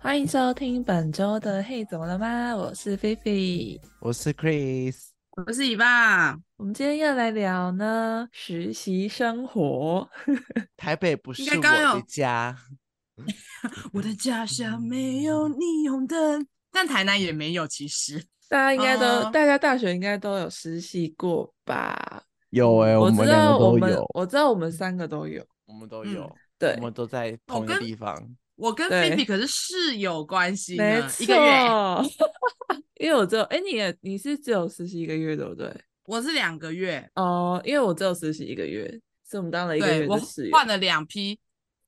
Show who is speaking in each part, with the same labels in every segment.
Speaker 1: 欢迎收听本周的《嘿，怎么了吗》？我是菲菲，
Speaker 2: 我是 Chris，
Speaker 3: 我是以爸。
Speaker 1: 我们今天要来聊呢实习生活。
Speaker 2: 台北不是
Speaker 3: 应
Speaker 2: 我
Speaker 3: 该刚
Speaker 2: 的
Speaker 3: 有
Speaker 2: 家，
Speaker 3: 我的家乡没有霓虹灯，但台南也没有。其实
Speaker 1: 大家应该都，
Speaker 3: 哦
Speaker 1: 大家大学应该都有实习过吧？
Speaker 2: 有哎、
Speaker 1: 我
Speaker 2: 们
Speaker 1: 知
Speaker 2: 两
Speaker 1: 道
Speaker 2: 个都
Speaker 1: 我
Speaker 2: 有，
Speaker 1: 我知道我们三个都有。
Speaker 2: 我们都
Speaker 3: 嗯
Speaker 2: 有，
Speaker 1: 对
Speaker 2: 我，们都在
Speaker 3: 我
Speaker 2: 同一个
Speaker 3: 跟
Speaker 2: 地方。
Speaker 3: 我跟
Speaker 1: 对
Speaker 3: 菲菲可是室友关系
Speaker 1: 没
Speaker 3: 呢，
Speaker 1: 错
Speaker 3: 一个月，，
Speaker 1: 因为我只有，哎，你也你是只有实习一个月对不对？
Speaker 3: 我是两个月，
Speaker 1: 哦，因为我只有实习一个月，所以我们当了一个
Speaker 3: 对
Speaker 1: 月
Speaker 3: 我
Speaker 1: 的室友。
Speaker 3: 换了两批，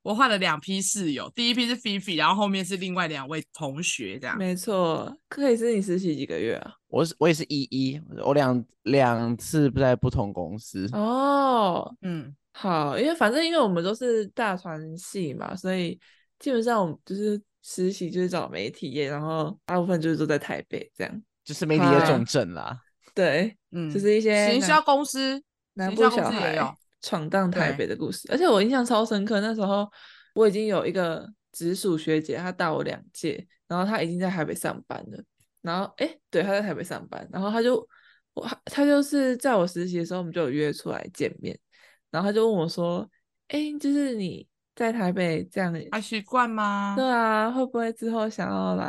Speaker 3: 我换了两批室友，第一批是菲菲，然后后面是另外两位同学这样。
Speaker 1: 没错，可以是你实习几个月啊？
Speaker 2: 我是我也是一一，我两两次不在不同公司。
Speaker 1: 哦，
Speaker 3: 嗯，
Speaker 1: 好，因为反正因为我们都是大传系嘛，所以基本上我们就是实习就是找媒体业，然后大部分就是都在台北这样。
Speaker 2: 就是媒体也
Speaker 1: 嗨
Speaker 2: 重症啦，
Speaker 1: 对，
Speaker 3: 嗯，
Speaker 1: 就是一些
Speaker 3: 行
Speaker 1: 南
Speaker 3: 销公司，
Speaker 1: 南
Speaker 3: 行
Speaker 1: 部
Speaker 3: 销
Speaker 1: 小
Speaker 3: 公司也
Speaker 1: 孩
Speaker 3: 有
Speaker 1: 闯荡台
Speaker 3: 对
Speaker 1: 北的故事，而且我印象超深刻。那时候我已经有一个直属学姐，她大我两届，然后她已经在台北上班了。然后，诶，对，她在台北上班，然后她就我她就是在我实习的时候，我们就有约出来见面。然后她就问我说：“诶，就是你在台北这样，
Speaker 2: 啊
Speaker 3: 还习惯吗？
Speaker 1: 对啊，会不会之后想要来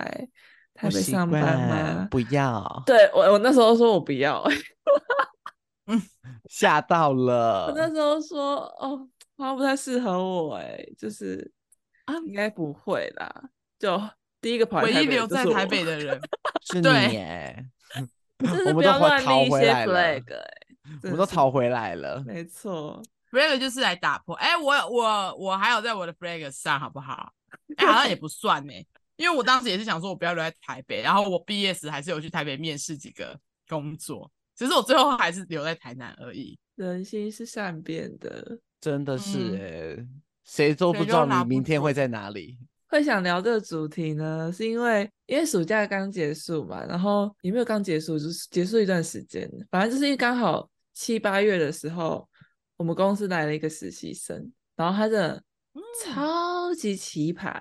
Speaker 1: 台
Speaker 2: 不
Speaker 1: 北
Speaker 2: 习
Speaker 1: 上班
Speaker 2: 惯
Speaker 1: 吗？”
Speaker 2: 不要，
Speaker 1: 对我，我那时候说我不要、
Speaker 2: 吓到
Speaker 1: 我那
Speaker 2: 了。
Speaker 1: 时候说，哦，好像不太适合我、欸，就是
Speaker 3: 啊
Speaker 1: 应该不会啦。就第一个跑来
Speaker 3: 唯
Speaker 1: 台
Speaker 3: 一
Speaker 1: 北
Speaker 3: 留
Speaker 1: 就
Speaker 3: 在
Speaker 1: 是
Speaker 3: 台
Speaker 1: 我
Speaker 3: 北，的人，
Speaker 2: 是你
Speaker 3: 对
Speaker 2: 耶，
Speaker 1: 真
Speaker 2: 我
Speaker 1: 是
Speaker 2: 们
Speaker 1: 不
Speaker 2: 都
Speaker 1: 要
Speaker 2: 回
Speaker 1: 乱
Speaker 2: 逃
Speaker 1: 立一
Speaker 2: 回
Speaker 1: 些
Speaker 2: 来了
Speaker 1: flag，哎、
Speaker 2: 我
Speaker 1: 真
Speaker 2: 们
Speaker 1: 的
Speaker 2: 都
Speaker 1: 是
Speaker 2: 逃回来了。
Speaker 1: 没错，
Speaker 3: flag 就是来打破。哎、我我我还有在我的 flag 上，好不好？哎、好像也不算呢、因为我当时也是想说，我不要留在台北，然后我毕业时还是有去台北面试几个工作，只是我最后还是留在台南而已。
Speaker 1: 人心是善变的。
Speaker 2: 真的是
Speaker 3: 嗯
Speaker 2: 哎，谁都
Speaker 3: 谁
Speaker 2: 不知
Speaker 3: 都
Speaker 2: 道
Speaker 3: 拿
Speaker 2: 你
Speaker 3: 不
Speaker 2: 明天会
Speaker 3: 住
Speaker 2: 在哪里。
Speaker 1: 会想聊这个主题呢，是因为因为暑假刚结束嘛，然后也没有刚结束，就是结束一段时间，反正就是因为刚好七八月的时候，我们公司来了一个实习生，然后他真
Speaker 3: 哦
Speaker 1: 的
Speaker 3: 嗯
Speaker 1: 超级奇葩，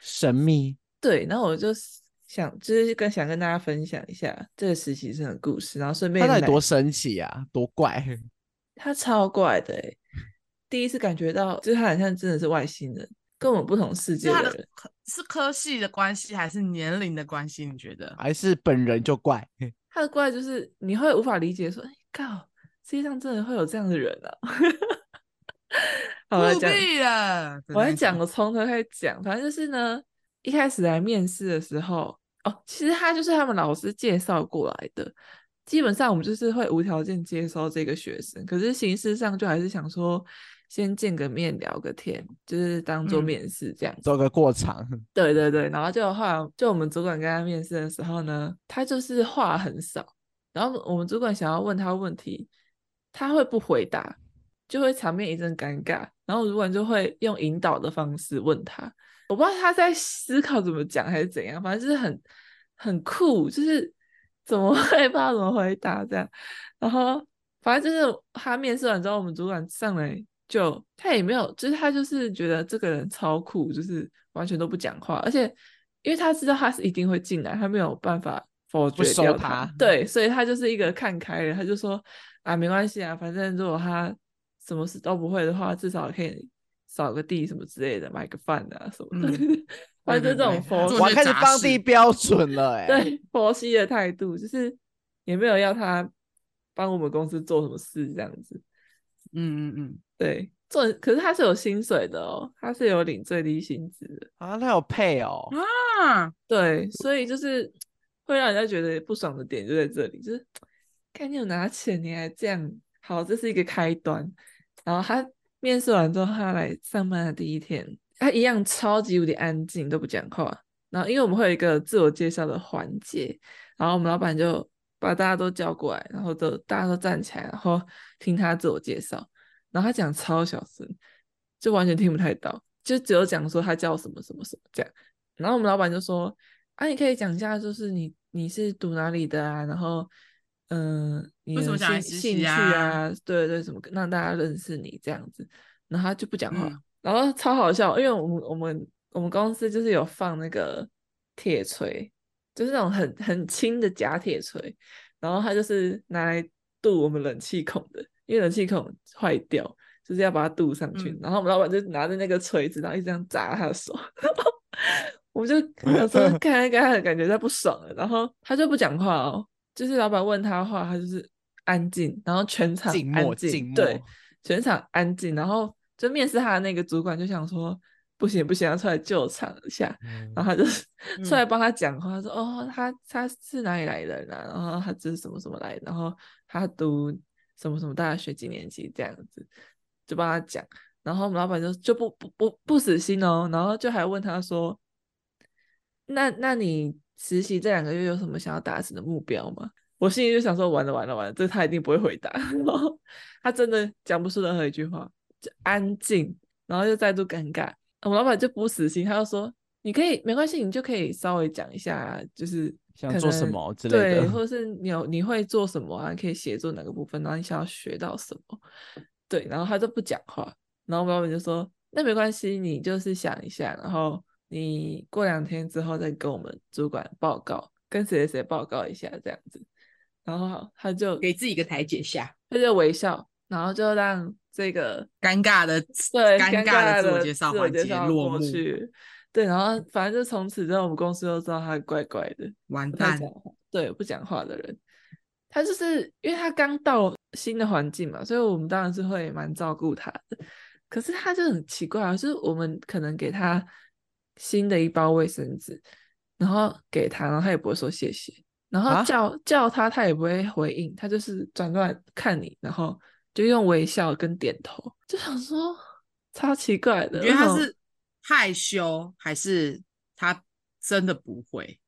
Speaker 2: 神秘，
Speaker 1: 对，然后我就想就是跟想跟大家分享一下这个实习生的故事，然后顺
Speaker 2: 他
Speaker 1: 便
Speaker 2: 到底
Speaker 1: 来
Speaker 2: 多神奇啊，多 怪。
Speaker 1: 他超怪的、欸，第一次感觉到就是他好像真的是外星人，跟我们不同世界
Speaker 3: 是他
Speaker 1: 的
Speaker 3: 的
Speaker 1: 人。
Speaker 3: 科是科系的关系，还是年龄的关系？你觉得？
Speaker 2: 还是本人就怪，
Speaker 1: 他的怪就是你会无法理解说，哎、靠，世界上真的会有这样的人啊！ 好哦
Speaker 2: 啊
Speaker 1: 我来
Speaker 3: 不
Speaker 1: 讲，
Speaker 3: 必了。
Speaker 1: 我来讲，
Speaker 3: 了。
Speaker 1: 我从头开始讲，反正就是呢，一开始来面试的时候，哦，其实他就是他们老师介绍过来的，基本上我们就是会无条件接收这个学生，可是形式上就还是想说。先见个面，聊个天，就是当做
Speaker 3: 嗯
Speaker 1: 面试这样子。
Speaker 2: 走个过 场，
Speaker 1: 对对对，然后就后来就我们主管跟他面试的时候呢，他就是话很少，然后我们主管想要问他问题，他会不回答，就会场面一阵尴尬，然后主管就会用引导的方式问他，我不知道他在思考怎么讲还是怎样，反正就是很很酷，就是怎么会不知道怎么回答这样，然后反正就是他面试完之后，我们主管上来就他也没有，就是他就是觉得这个人超酷，就是完全都不讲话，而且因为他知道他是一定会进来，他没有办法否
Speaker 2: 不
Speaker 1: 决
Speaker 2: 收
Speaker 1: 掉
Speaker 2: 他
Speaker 1: 对，所以他就是一个看开了，他就说啊没关系啊，反正如果他什么事都不会的话，至少可以扫个地什么之类的，买个饭啊什么的， 反正
Speaker 3: 对
Speaker 1: 这种
Speaker 3: 对
Speaker 1: 佛
Speaker 3: 做
Speaker 2: 我
Speaker 3: 些
Speaker 2: 开始
Speaker 3: 杂
Speaker 2: 放
Speaker 3: 事
Speaker 2: 低标准了、欸，哎，
Speaker 1: 对佛系的态度，就是也没有要他帮我们公司做什么事这样子。
Speaker 3: 嗯嗯嗯，
Speaker 1: 对，做可是他是有薪水的哦，他是有领最低薪资的。
Speaker 2: 啊，他有配哦，
Speaker 3: 啊，
Speaker 1: 对，所以就是会让人家觉得不爽的点就在这里，就是看你有拿钱，你还这样，好，这是一个开端。然后他面试完之后，他来上班的第一天，他一样超级无敌安静，都不讲话。然后因为我们会有一个自我介绍的环节，然后我们老板就把大家都叫过来，然后都大家都站起来，然后听他自我介绍。然后他讲超小声，就完全听不太到，就只有讲说他叫什么什么什么这样。然后我们老板就说：“啊，你可以讲一下，就是你你是读哪里的啊？然后，嗯、你
Speaker 3: 为什
Speaker 1: 的
Speaker 3: 么想来
Speaker 1: 兴
Speaker 3: 实
Speaker 1: 兴
Speaker 3: 习
Speaker 1: 趣
Speaker 3: 啊
Speaker 1: 啊？对对，什么让大家认识你这样子。”然后他就不讲话，
Speaker 3: 嗯
Speaker 1: 然后超好笑，因为我们我们我们公司就是有放那个铁锤，就是那种很很轻的假铁锤，然后它就是拿来镀我们冷气孔的，因为冷气孔坏掉，就是要把它镀上去。
Speaker 3: 嗯
Speaker 1: 然后我们老板就拿着那个锤子，然后一直这样砸他的手， 我 就
Speaker 2: 嗯
Speaker 1: 有时候看他看他感觉他不爽了，然后他就不讲话哦，就是老板问他话，他就是安静，然后全场
Speaker 2: 静
Speaker 1: 啊安
Speaker 2: 默
Speaker 1: 静，
Speaker 2: 静默，
Speaker 1: 对，啊全场安静，然后就面试他的那个主管就想说，不行不行，要出来救场一下，
Speaker 2: 嗯
Speaker 1: 然后他就出
Speaker 3: 嗯
Speaker 1: 来帮他讲话，说哦，他他是哪里来的人啊？然后他这是什么什么来的，然后他读什么什么大学几年级这样子，就帮他讲。然后我们老板就就不不不不死心哦，然后就还问他说，那那你实习这两个月有什么想要达成的目标吗？我心里就想说，完了完了完了，这他一定不会回答。 然后他真的讲不出任何一句话，就安静，然后又再度尴尬。我们老板就不死心，他就说：“你可以没关系，你就可以稍微讲一下，啊就是
Speaker 2: 想
Speaker 1: 可
Speaker 2: 做什
Speaker 1: 能
Speaker 2: 么之类
Speaker 1: 对，
Speaker 2: 的，
Speaker 1: 或者是你有你会做什么啊？你可以协作哪个部分？然后你想要学到什么？对，然后他就不讲话，然后我们老板就说：那没关系，你就是想一下，然后你过两天之后再跟我们主管报告，跟谁谁谁报告一下这样子。然后他就
Speaker 4: 给自己一个台阶下。
Speaker 1: 他就微笑，然后就让这个
Speaker 3: 尴尬的
Speaker 1: 对
Speaker 3: 尴
Speaker 1: 尬
Speaker 3: 的自
Speaker 1: 的
Speaker 3: 我介绍
Speaker 1: 自
Speaker 3: 环
Speaker 1: 介
Speaker 3: 节
Speaker 1: 绍
Speaker 3: 落
Speaker 1: 过
Speaker 3: 幕，
Speaker 1: 去。对，然后反正就从此之后，我们公司都知道他怪怪的，
Speaker 3: 完
Speaker 1: 不太
Speaker 3: 蛋
Speaker 1: 讲，话，对，不讲话的人。他就是因为他刚到新的环境嘛，所以我们当然是会蛮照顾他的。可是他就很奇怪啊，就是我们可能给他新的一包卫生纸，然后给他，然后他也不会说谢谢，然后
Speaker 2: 啊
Speaker 1: 叫、叫他，他也不会回应，他就是转过来看你，然后就用微笑跟点头，就想说超奇怪
Speaker 3: 我
Speaker 1: 的。
Speaker 3: 觉得他
Speaker 1: 为什么
Speaker 3: 是害羞还是他真的不会？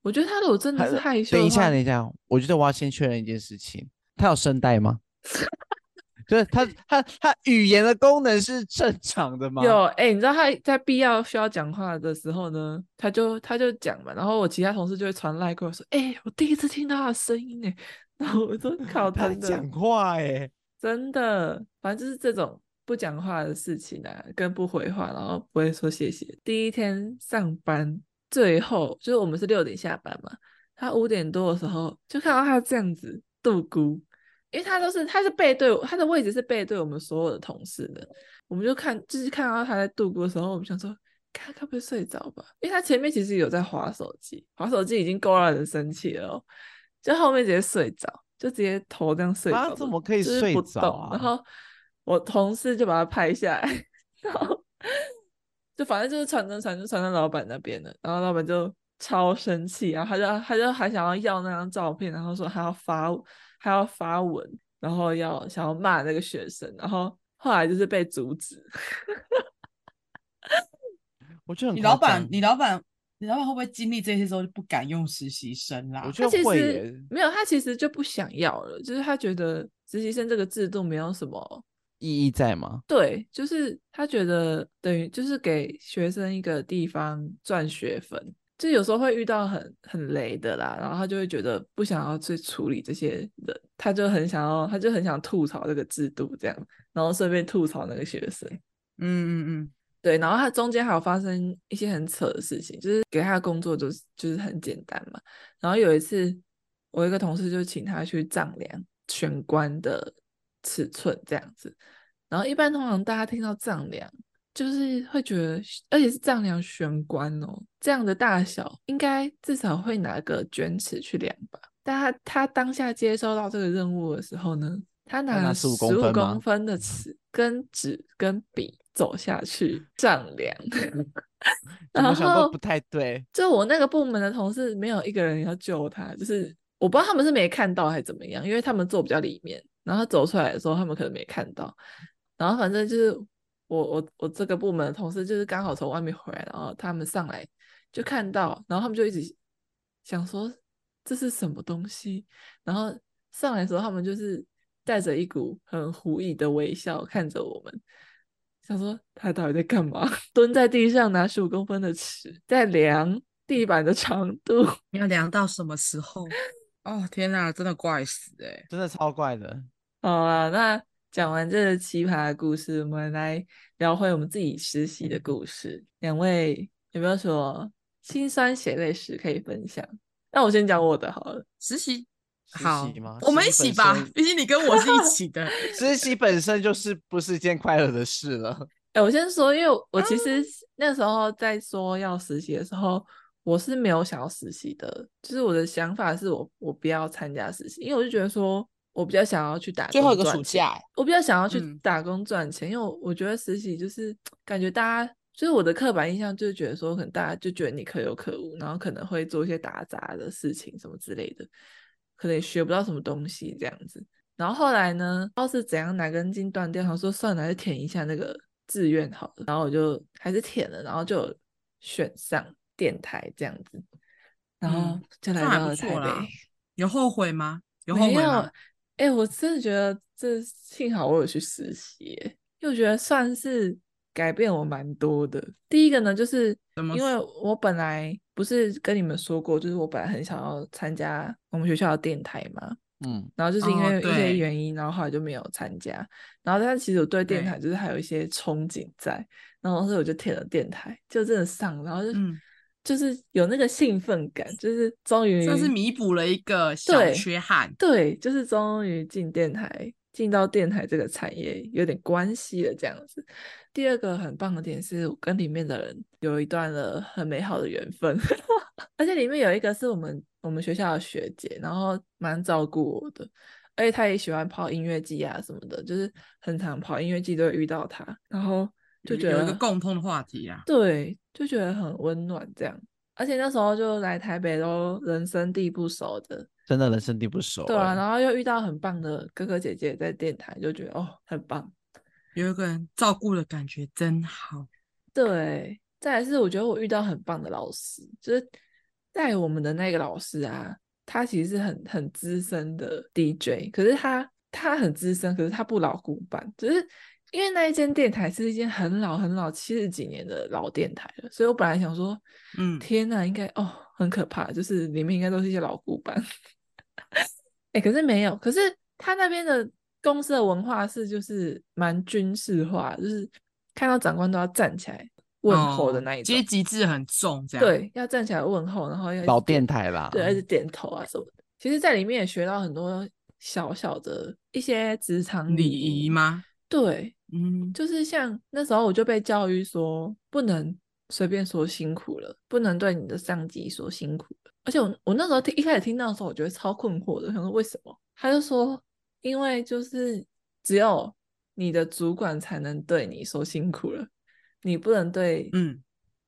Speaker 1: 我觉得他如果真的是
Speaker 2: 还
Speaker 1: 害羞的
Speaker 2: 等
Speaker 1: 话，
Speaker 2: 一下，等一下，我觉得我要先确认一件事情，他有声带 吗？就是他他他语言的功能是正常的吗？
Speaker 1: 有哎、欸你知道他在必要需要讲话的时候呢，他就他就讲嘛，然后我其他同事就会传来给我说，哎、我第一次听到他的声音哎， 然后我 说靠，
Speaker 2: 他在
Speaker 1: 真的
Speaker 2: 讲话哎、
Speaker 1: 真的，反正就是这种不讲话的事情啊，跟不回话，然后不会说谢谢。第一天上班，最后就是我们是六点下班嘛，他五点多的时候就看到他这样子度孤，因为他都是他是背对我他的位置是背对我们所有的同事的，我们就看就是看到他在度孤的时候，我们想说。看他该不会睡着吧？因为他前面其实有在划手机，划手机已经够让人生气了、哦，就后面直接睡着，就直接头这样睡
Speaker 2: 啊
Speaker 1: 着的，
Speaker 2: 怎么可以
Speaker 1: 就是
Speaker 2: 睡
Speaker 1: 不
Speaker 2: 着
Speaker 1: 动然
Speaker 2: 啊
Speaker 1: 后我同事就把他拍下来， 然后就反正就是传真传真传到老板那边了，然后老板就超生气，然后他就他就还想要要那张照片，然后说他要发他要发文，然后要想要骂那个学生，然后后来就是被阻止。
Speaker 2: 我觉得很
Speaker 3: 你
Speaker 2: 夸
Speaker 3: 老板
Speaker 2: 张，
Speaker 3: 你老板，你老板会不会经历这些之后就不敢用实习生啦
Speaker 2: 我？觉
Speaker 1: 他
Speaker 2: 得
Speaker 1: 其
Speaker 2: 会
Speaker 1: 实
Speaker 2: 耶
Speaker 1: 没有，他其实就不想要了，就是他觉得实习生这个制度没有什么
Speaker 2: 意义在吗？
Speaker 1: 对，就是他觉得等于就是给学生一个地方赚学分，就有时候会遇到很很雷的啦，然后他就会觉得不想要去处理这些人，他就很想要，他就很想吐槽这个制度这样，然后顺便吐槽那个学生。
Speaker 3: 嗯嗯
Speaker 1: 对，然后他中间还有发生一些很扯的事情，就是给他的工作就是就是很简单嘛。然后有一次，我一个同事就请他去丈量玄关的尺寸这样子。然后一般通常大家听到丈量，就是会觉得，而且是丈量玄关哦，这样的大小应该至少会拿个卷尺去量吧。但他他当下接收到这个任务的时候呢，他拿
Speaker 2: 拿
Speaker 1: 了
Speaker 2: 15公
Speaker 1: 公
Speaker 2: 分吗
Speaker 1: 公分的尺、跟纸、跟笔走下去丈量。
Speaker 2: 怎
Speaker 1: 然
Speaker 2: 么想都
Speaker 1: 后
Speaker 2: 不太对，
Speaker 1: 就我那个部门的同事，没有一个人要救他，就是我不知道他们是没看到还是怎么样，因为他们坐比较里面，然后他走出来的时候，他们可能没看到。然后反正就是我我我这个部门的同事，就是刚好从外面回来，然后他们上来就看到，然后他们就一直想说这是什么东西，然后上来的时候，他们就是带着一股很狐疑的微笑看着我们，想说他到底在干嘛？ 蹲在地上拿十五公分的尺在量地板的长度，
Speaker 4: 你要量到什么时候？
Speaker 3: 嗯， 哦天哪，真的怪死哎、欸！
Speaker 2: 真的超怪的。
Speaker 1: 好啊，那讲完这个奇葩的故事，我们来聊回我们自己实习的故事。两位有没有什么心酸血泪史可以分享。那我先讲我的好了，
Speaker 3: 实习，
Speaker 2: 实
Speaker 4: 好
Speaker 2: 习吗？
Speaker 3: 我们一
Speaker 2: 实习
Speaker 3: 起
Speaker 2: 本
Speaker 3: 吧
Speaker 2: 身，
Speaker 3: 毕竟你跟我是一起的。
Speaker 2: 实习本身就是不是一件快乐的事了。
Speaker 1: 哎、我先说，因为我其
Speaker 3: 嗯
Speaker 1: 实那时候在说要实习的时候，我是没有想要实习的，就是我的想法是我我不要参加实习，因为我就觉得说我比较想要去打
Speaker 3: 最后一
Speaker 1: 工
Speaker 3: 个
Speaker 1: 赚
Speaker 3: 暑
Speaker 1: 钱
Speaker 3: 假欸，
Speaker 1: 我比较想要去
Speaker 3: 嗯
Speaker 1: 打工赚钱，因为我我觉得实习就是感觉大家就是我的刻板印象就是觉得说，可能大家就觉得你可有可无，然后可能会做一些打杂的事情什么之类的，可能也学不到什么东西这样子。然后后来呢，不知道是怎样哪根筋断掉，想说算了，还是填一下那个志愿好了。然后我就还是填了，然后就有选上电台这样子，然后
Speaker 3: 嗯
Speaker 1: 就来
Speaker 3: 那还
Speaker 1: 到
Speaker 3: 不
Speaker 1: 了台
Speaker 3: 错
Speaker 1: 北。
Speaker 3: 啦有后悔吗？有后
Speaker 1: 没
Speaker 3: 悔
Speaker 1: 有，
Speaker 3: 吗？
Speaker 1: 哎、我真的觉得这幸好我有去实习耶，因为我觉得算是改变我蛮多的。第一个呢，就是
Speaker 3: 怎么
Speaker 1: 因为我本来不是跟你们说过，就是我本来很想要参加我们学校的电台嘛，
Speaker 2: 嗯，
Speaker 1: 然后就是因
Speaker 3: 哦
Speaker 1: 为一些
Speaker 3: 对
Speaker 1: 原因，然后后来就没有参加。然后但是其实我对电
Speaker 3: 对
Speaker 1: 台就是还有一些憧憬在，然后所以我就填了电台，就真的上了，然后就、
Speaker 3: 嗯
Speaker 1: 就是有那个兴奋感，就是终于
Speaker 3: 算是弥补了一个小
Speaker 1: 嗯对
Speaker 3: 缺憾。
Speaker 1: 对，就是终于进电台，进到电台这个产业有点关系了这样子。第二个很棒的点是，我跟里面的人有一段了很美好的缘分， 而且里面有一个是我们我们学校的学姐，然后蛮照顾我的，而且她也喜欢跑音乐季啊什么的，就是很常跑音乐季都会遇到她，然后就
Speaker 3: 有
Speaker 1: 觉
Speaker 3: 有一
Speaker 1: 得
Speaker 3: 个共通的话题啊。
Speaker 1: 对，就觉得很温暖这样。而且那时候就来台北都人生地不熟的，
Speaker 2: 真的人生地不熟欸。
Speaker 1: 对啊，然后又遇到很棒的哥哥姐姐在电台，就觉得哦，很棒。
Speaker 3: 有一个人照顾的感觉真好。
Speaker 1: 对，再来是我觉得我遇到很棒的老师，就是带我们的那个老师啊，他其实是很很资深的 DJ，可是他他很资深，可是他不老古板，只、是因为那一间电台是一间很老很老七十几年的老电台了，所以我本来想说，
Speaker 3: 嗯
Speaker 1: 天呐，应该哦很可怕，就是里面应该都是一些老古板。 哎、可是没有，可是他那边的公司的文化是就是蛮军事化，就是看到长官都要站起来问候的
Speaker 3: 哦
Speaker 1: 那一种，
Speaker 3: 阶级制很重，这样。
Speaker 1: 对，要站起来问候，然后要一直
Speaker 2: 老
Speaker 1: 点
Speaker 2: 电台啦，
Speaker 1: 对，一直点头啊什么的。其实，在里面也学到很多小小的一些职场
Speaker 3: 礼
Speaker 1: 嗯
Speaker 3: 仪？吗？
Speaker 1: 对，
Speaker 3: 嗯，
Speaker 1: 就是像那时候我就被教育说，不能随便说辛苦了，不能对你的上级说辛苦了。而且我我那时候听一开始听到的时候，我觉得超困惑的，想说为什么？他就说，因为就是只有你的主管才能对你说辛苦了，你不能对
Speaker 3: 嗯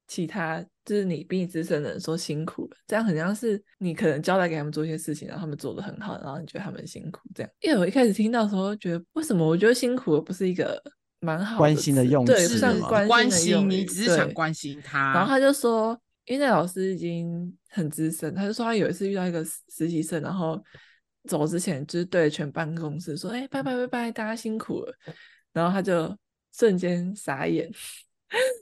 Speaker 1: 其他就是你比你资深的人说辛苦了，这样很像是你可能交代给他们做一些事情，然后他们做的很好，然后你觉得他们辛苦这样。因为我一开始听到的时候，觉得为什么我觉得辛苦而不是一个蛮好的
Speaker 2: 关心的
Speaker 1: 词
Speaker 2: 用
Speaker 1: 对，
Speaker 2: 词
Speaker 1: 不算
Speaker 2: 嘛
Speaker 1: 关
Speaker 3: 哦关
Speaker 1: 心的用
Speaker 3: 心你，
Speaker 1: 语
Speaker 3: 只是想
Speaker 1: 对
Speaker 3: 关心
Speaker 2: 啊
Speaker 3: 他。
Speaker 1: 然后他就说，因为那老师已经很资深，他就说他有一次遇到一个实实习生，然后走之前就是对全办公室说：“哎、拜拜拜拜，大家辛苦了。”然后他就瞬间傻眼，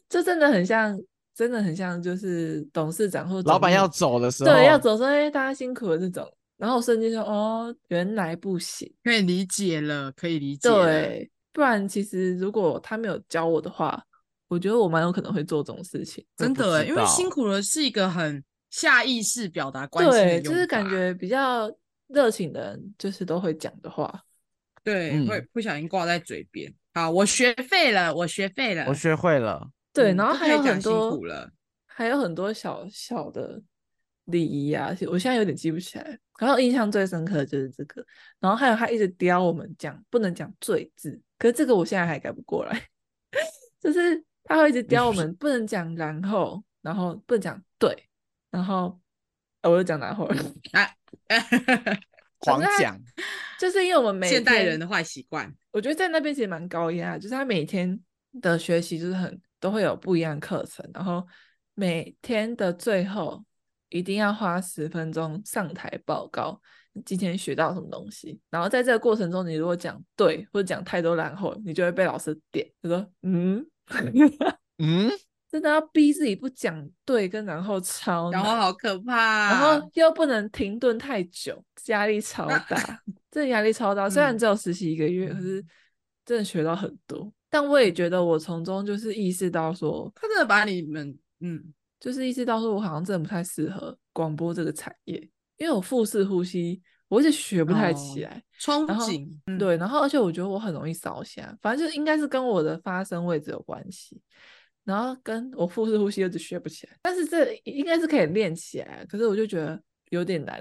Speaker 1: 就真的很像，真的很像，就是董事长或
Speaker 2: 老板
Speaker 1: 总
Speaker 2: 要
Speaker 1: 经
Speaker 2: 走哦的时候，
Speaker 1: 对要，走说：“哎、大家辛苦了。”这种，然后我瞬间就哦，原来不行。
Speaker 3: 可以理解了，可以理解了。
Speaker 1: 对，不然其实如果他没有教我的话，我觉得我蛮有可能会做这种事情。
Speaker 3: 真
Speaker 2: 不
Speaker 3: 的欸，
Speaker 2: 知
Speaker 3: 因为辛
Speaker 2: 道
Speaker 3: 苦了是一个很下意识表达关心的
Speaker 1: 对，就
Speaker 3: 用
Speaker 1: 是感
Speaker 3: 法
Speaker 1: 觉比较热情的人，就是都会讲的话。
Speaker 3: 对，会
Speaker 2: 嗯
Speaker 3: 不小心挂在嘴边。好，我学废了，我学废了，
Speaker 2: 我学会了。
Speaker 1: 对，
Speaker 3: 嗯
Speaker 1: 然后
Speaker 3: 不
Speaker 1: 还
Speaker 3: 可
Speaker 1: 有
Speaker 3: 以讲
Speaker 1: 很
Speaker 3: 辛
Speaker 1: 多
Speaker 3: 苦了，
Speaker 1: 还有很多小小的礼仪啊，其实我现在有点记不起来。然后印象最深刻的就是这个，然后还有他一直刁我们讲不能讲“罪”字，可是这个我现在还改不过来， 就是他会一直刁我们不能讲“然后”，然后不能讲“对”，然后、呃我又讲“然后了”，
Speaker 2: 狂
Speaker 1: 可是他
Speaker 2: 讲，
Speaker 1: 就是因为我们每
Speaker 3: 现代
Speaker 1: 天
Speaker 3: 人的坏习惯。
Speaker 1: 我觉得在那边其实蛮高压，就是他每天的学习就是很都会有不一样的课程，然后每天的最后一定要花十分钟上台报告你今天学到什么东西，然后在这个过程中，你如果讲对或者讲太多然后，你就会被老师点，就说嗯，
Speaker 2: 嗯，
Speaker 1: 真的要逼自己不讲对跟然后超
Speaker 3: 然后
Speaker 1: 难
Speaker 3: 好可怕，
Speaker 1: 哦然后又不能停顿太久，压力超
Speaker 3: 啊那
Speaker 1: 大， 真的压力超大。虽然
Speaker 3: 嗯
Speaker 1: 只有实习一个月，可是真的学到很多。但我也觉得我从中就是意识到说，
Speaker 3: 他真的把你们嗯
Speaker 1: 就是意识到说我好像真的不太适合广播这个产业，因为我腹式呼吸，我一直学不太起
Speaker 3: 哦
Speaker 1: 来。
Speaker 3: 憧
Speaker 1: 然后
Speaker 3: 憬，嗯，
Speaker 1: 对，然后而且我觉得我很容易烧瞎，反正就应该是跟我的发声位置有关系，然后跟我腹式呼吸又只学不起来，但是这应该是可以练起来，可是我就觉得有点难，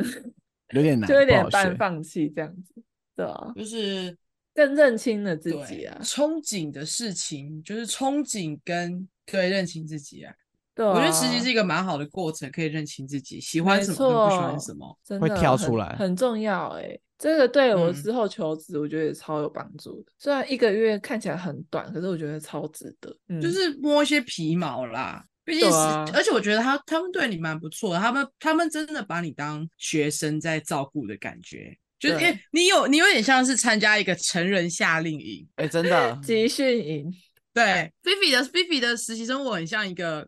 Speaker 2: 有 点难，
Speaker 1: 就有
Speaker 2: 不
Speaker 1: 点
Speaker 2: 好学
Speaker 1: 半放弃这样子，对啊，
Speaker 3: 就是
Speaker 1: 更认清了自
Speaker 3: 对
Speaker 1: 己啊，
Speaker 3: 憧憬的事情，就是憧憬跟对认清自己啊。
Speaker 1: 对
Speaker 3: 我觉得
Speaker 1: 啊
Speaker 3: 实习是一个蛮好的过程，可以认清自己喜欢
Speaker 1: 没
Speaker 3: 什么跟不喜
Speaker 1: 错
Speaker 3: 欢什么。
Speaker 1: 真
Speaker 2: 会
Speaker 1: 的
Speaker 2: 跳出
Speaker 1: 很
Speaker 2: 来
Speaker 1: 很重要哎、这个对我
Speaker 3: 嗯
Speaker 1: 之后求职，我觉得也超有帮助的。虽然一个月看起来很短，可是我觉得超值得。嗯，
Speaker 3: 就是摸一些皮毛啦。毕竟
Speaker 1: 对
Speaker 3: 是，
Speaker 1: 啊
Speaker 3: 而且我觉得他他们对你蛮不错的，他们他们真的把你当学生在照顾的感觉，就是因
Speaker 1: 对
Speaker 3: 为你有你有点像是参加一个成人夏令营。
Speaker 2: 哎、真的
Speaker 1: 集训 营，
Speaker 3: 对菲菲的菲菲的实习生活很像一个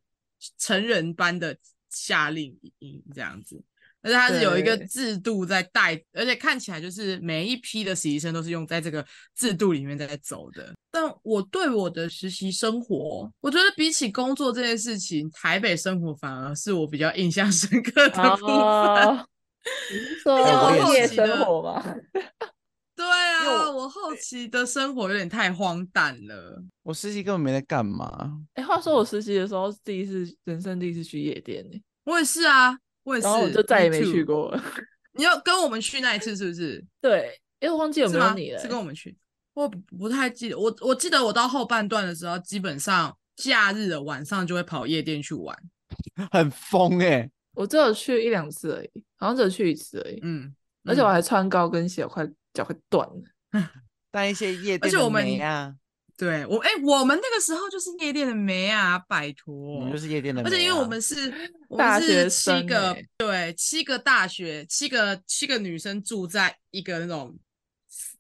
Speaker 3: 成人班的夏令营这样子，而且它是有一个
Speaker 1: 对
Speaker 3: 制度在带，而且看起来就是每一批的实习生都是用在这个制度里面在走的。但我对我的实习生活，我觉得比起工作这件事情，台北生活反而是我比较印象深刻的部分。
Speaker 1: 哦， 你是
Speaker 2: 竟我
Speaker 1: 说
Speaker 2: 好
Speaker 1: 夜
Speaker 3: 奇
Speaker 1: 生
Speaker 3: 的
Speaker 1: 活吗？
Speaker 3: 对
Speaker 2: 因为
Speaker 3: 啊，
Speaker 2: 我
Speaker 3: 我后期的生活有点太荒诞了。
Speaker 2: 我实习根本没在干嘛，
Speaker 1: 哎、话说我实习的时候，第一次人生第一次去夜店呢、
Speaker 3: 我也是啊，我也是，
Speaker 1: 然后我就再也
Speaker 3: me
Speaker 1: 没
Speaker 3: too
Speaker 1: 去过了。
Speaker 3: 你要跟我们去那一次是不是？
Speaker 1: 对，因为我忘记有
Speaker 3: 是
Speaker 1: 没有
Speaker 3: 吗？
Speaker 1: 你了、欸
Speaker 3: 是跟我们去？我不不太记得，我我记得我到后半段的时候，基本上假日的晚上就会跑夜店去玩。
Speaker 2: 很疯哎、
Speaker 1: 我只有去一两次而已，好像只有去一次而已。
Speaker 3: 嗯，
Speaker 1: 而且我
Speaker 3: 嗯
Speaker 1: 还穿高跟鞋，我快脚快断了。
Speaker 2: 但一些夜
Speaker 3: 而
Speaker 2: 店
Speaker 3: 且
Speaker 2: 的
Speaker 3: 我们
Speaker 2: 美啊，
Speaker 3: 对我哎、我们那个时候就是夜店的妹啊，拜
Speaker 2: 我
Speaker 3: 托
Speaker 2: 们。就是夜店的美
Speaker 3: 而
Speaker 2: 啊、
Speaker 3: 且因为我们是，我
Speaker 1: 大
Speaker 3: 们
Speaker 1: 学
Speaker 3: 是七
Speaker 1: 生
Speaker 3: 个
Speaker 1: 欸，
Speaker 3: 对，七个大学，七个七个女生住在一个那种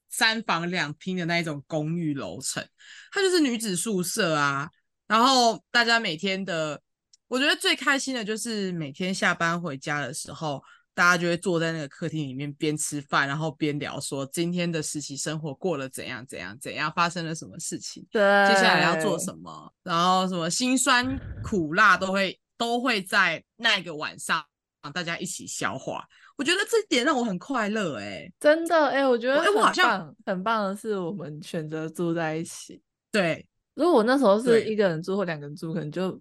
Speaker 3: 三房两厅的那一种公寓楼层，它就是女子宿舍啊。然后大家每天的，我觉得最开心的就是每天下班回家的时候，大家就会坐在那个客厅里面边吃饭，然后边聊说今天的实习生活过得怎样怎样怎样，发生了什么事情。
Speaker 1: 对，
Speaker 3: 接下来要做什
Speaker 1: 么？
Speaker 3: 么，然后什么辛酸苦辣都会都会在那个晚上大家一起消化。我觉得这点让我很快乐哎、
Speaker 1: 真的，哎、我觉得
Speaker 3: 哎我好
Speaker 1: 很
Speaker 3: 像
Speaker 1: 棒，很棒的是我们选择住在一起。
Speaker 3: 对，
Speaker 1: 如果我那时候是
Speaker 3: 对
Speaker 1: 一个人住或两个人住，可能就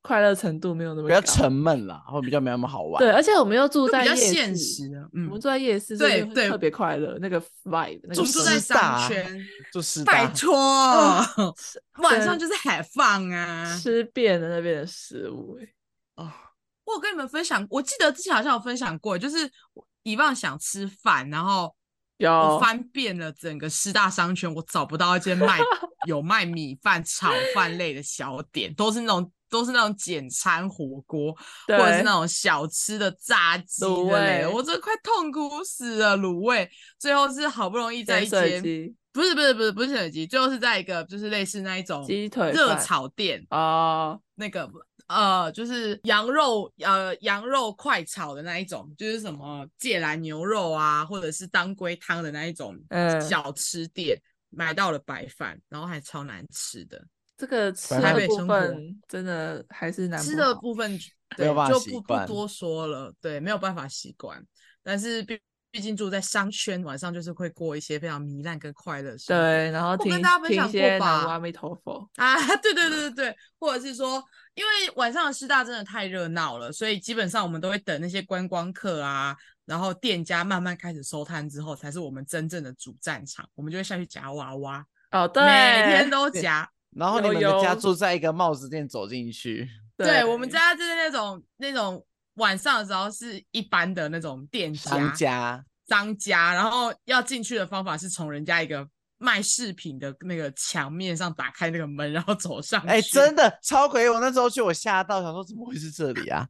Speaker 1: 快乐程度没有那么
Speaker 2: 比较
Speaker 1: 高
Speaker 2: 沉闷啦，会比较没那么好玩。
Speaker 1: 对，而且我们又
Speaker 3: 就
Speaker 1: 住在
Speaker 3: 比较
Speaker 1: 夜
Speaker 3: 现
Speaker 1: 市
Speaker 3: 实的，
Speaker 1: 我
Speaker 3: 嗯
Speaker 1: 们，住在夜市，
Speaker 3: 对
Speaker 1: 所以
Speaker 3: 对
Speaker 1: 特别快乐，那个 vibe，那个
Speaker 3: 住
Speaker 2: 住
Speaker 3: 宿
Speaker 1: 氛
Speaker 3: 在
Speaker 1: 围
Speaker 2: 师大
Speaker 3: 商圈，
Speaker 2: 就师
Speaker 3: 拜
Speaker 2: 大，
Speaker 3: 托，
Speaker 1: 啊
Speaker 3: 晚上就是海放啊。
Speaker 1: 吃遍了那边的食物、欸，
Speaker 3: 我有跟你们分享，我记得之前好像有分享过，就是我以往想吃饭，然后
Speaker 1: 有
Speaker 3: 我翻遍了整个师大商圈，我找不到一 间卖有卖米饭、炒饭类的小点，都是那种都是那种简餐火锅，或者是
Speaker 1: 对
Speaker 3: 那种小吃的炸鸡
Speaker 1: 卤
Speaker 3: 的嘞，
Speaker 1: 味
Speaker 3: 我真的快痛苦死了，卤味。最后是好不容易在
Speaker 1: 在
Speaker 3: 一
Speaker 1: 水
Speaker 3: 间，
Speaker 1: 鸡、
Speaker 3: 不是不是不是不是水鸡，最后是在一个就是类似那一种
Speaker 1: 鸡腿
Speaker 3: 哦热
Speaker 1: 饭
Speaker 3: 炒店，
Speaker 1: 哦，
Speaker 3: 那个呃，就是羊肉呃羊肉快炒的那一种，就是什么芥兰牛肉啊，或者是当归汤的那一种
Speaker 1: 嗯
Speaker 3: 小吃店，买到了白饭，然后还超难吃的，
Speaker 1: 这个吃
Speaker 2: 台
Speaker 1: 的
Speaker 3: 北
Speaker 1: 部
Speaker 3: 生活
Speaker 1: 分真的还是难
Speaker 3: 吃的
Speaker 1: 好
Speaker 3: 部分就
Speaker 2: 没有
Speaker 3: 对
Speaker 2: 办法
Speaker 3: 就
Speaker 2: 习
Speaker 3: 不不
Speaker 2: 惯
Speaker 3: 多说了，对，没有办法习惯，但是毕毕竟住在商圈，晚上就是会过一些非常糜烂跟快乐的生活。
Speaker 1: 对，然后
Speaker 3: 我跟
Speaker 1: 听
Speaker 3: 大家分
Speaker 1: 听
Speaker 3: 享
Speaker 1: 一
Speaker 3: 过
Speaker 1: 些南
Speaker 3: 吧
Speaker 1: 无阿弥陀佛，
Speaker 3: 啊，对对对对对，或者是说，因为晚上的师大真的太热闹了，所以基本上我们都会等那些观光客啊，然后店家慢慢开始收摊之后，才是我们真正的主战场，我们就会下去夹娃娃，
Speaker 1: 哦，对，
Speaker 3: 每天都夹。
Speaker 2: 然后你
Speaker 1: 有
Speaker 2: 们的家
Speaker 1: 有
Speaker 2: 住在一个帽子店，走进去，
Speaker 3: 对我们家就是那种那种晚上的时候是一般的那种店
Speaker 2: 商家
Speaker 3: 商家，然后要进去的方法是从人家一个卖饰品的那个墙面上打开那个门，然后走上去。
Speaker 2: 哎、真的超鬼！我那时候去，我吓到，想说怎么会是这里啊？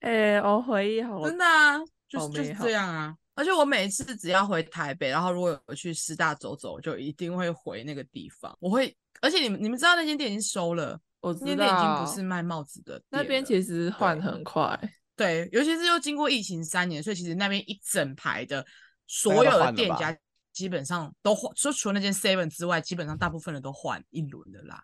Speaker 1: 哎、我回忆好，
Speaker 3: 真的啊，就
Speaker 1: 好
Speaker 3: 是就是
Speaker 1: 美好
Speaker 3: 这样啊。而且我每次只要回台北，然后如果有去师大走走，我就一定会回那个地方。我会，而且你们你们知道那间店已经收了，
Speaker 1: 我
Speaker 3: 那
Speaker 1: 知
Speaker 3: 间店已经不
Speaker 1: 道
Speaker 3: 是卖帽子的
Speaker 1: 那
Speaker 3: 店
Speaker 1: 边
Speaker 3: 了
Speaker 1: 其实换
Speaker 3: 对
Speaker 1: 很快，
Speaker 3: 对，尤其是又经过疫情三年，所以其实那边一整排的所
Speaker 2: 大概
Speaker 3: 有
Speaker 2: 都
Speaker 3: 的
Speaker 2: 换了
Speaker 3: 店
Speaker 2: 吧
Speaker 3: 家基本上都换，就除了那间 Seven 之外，基本上大部分的都换一轮的啦。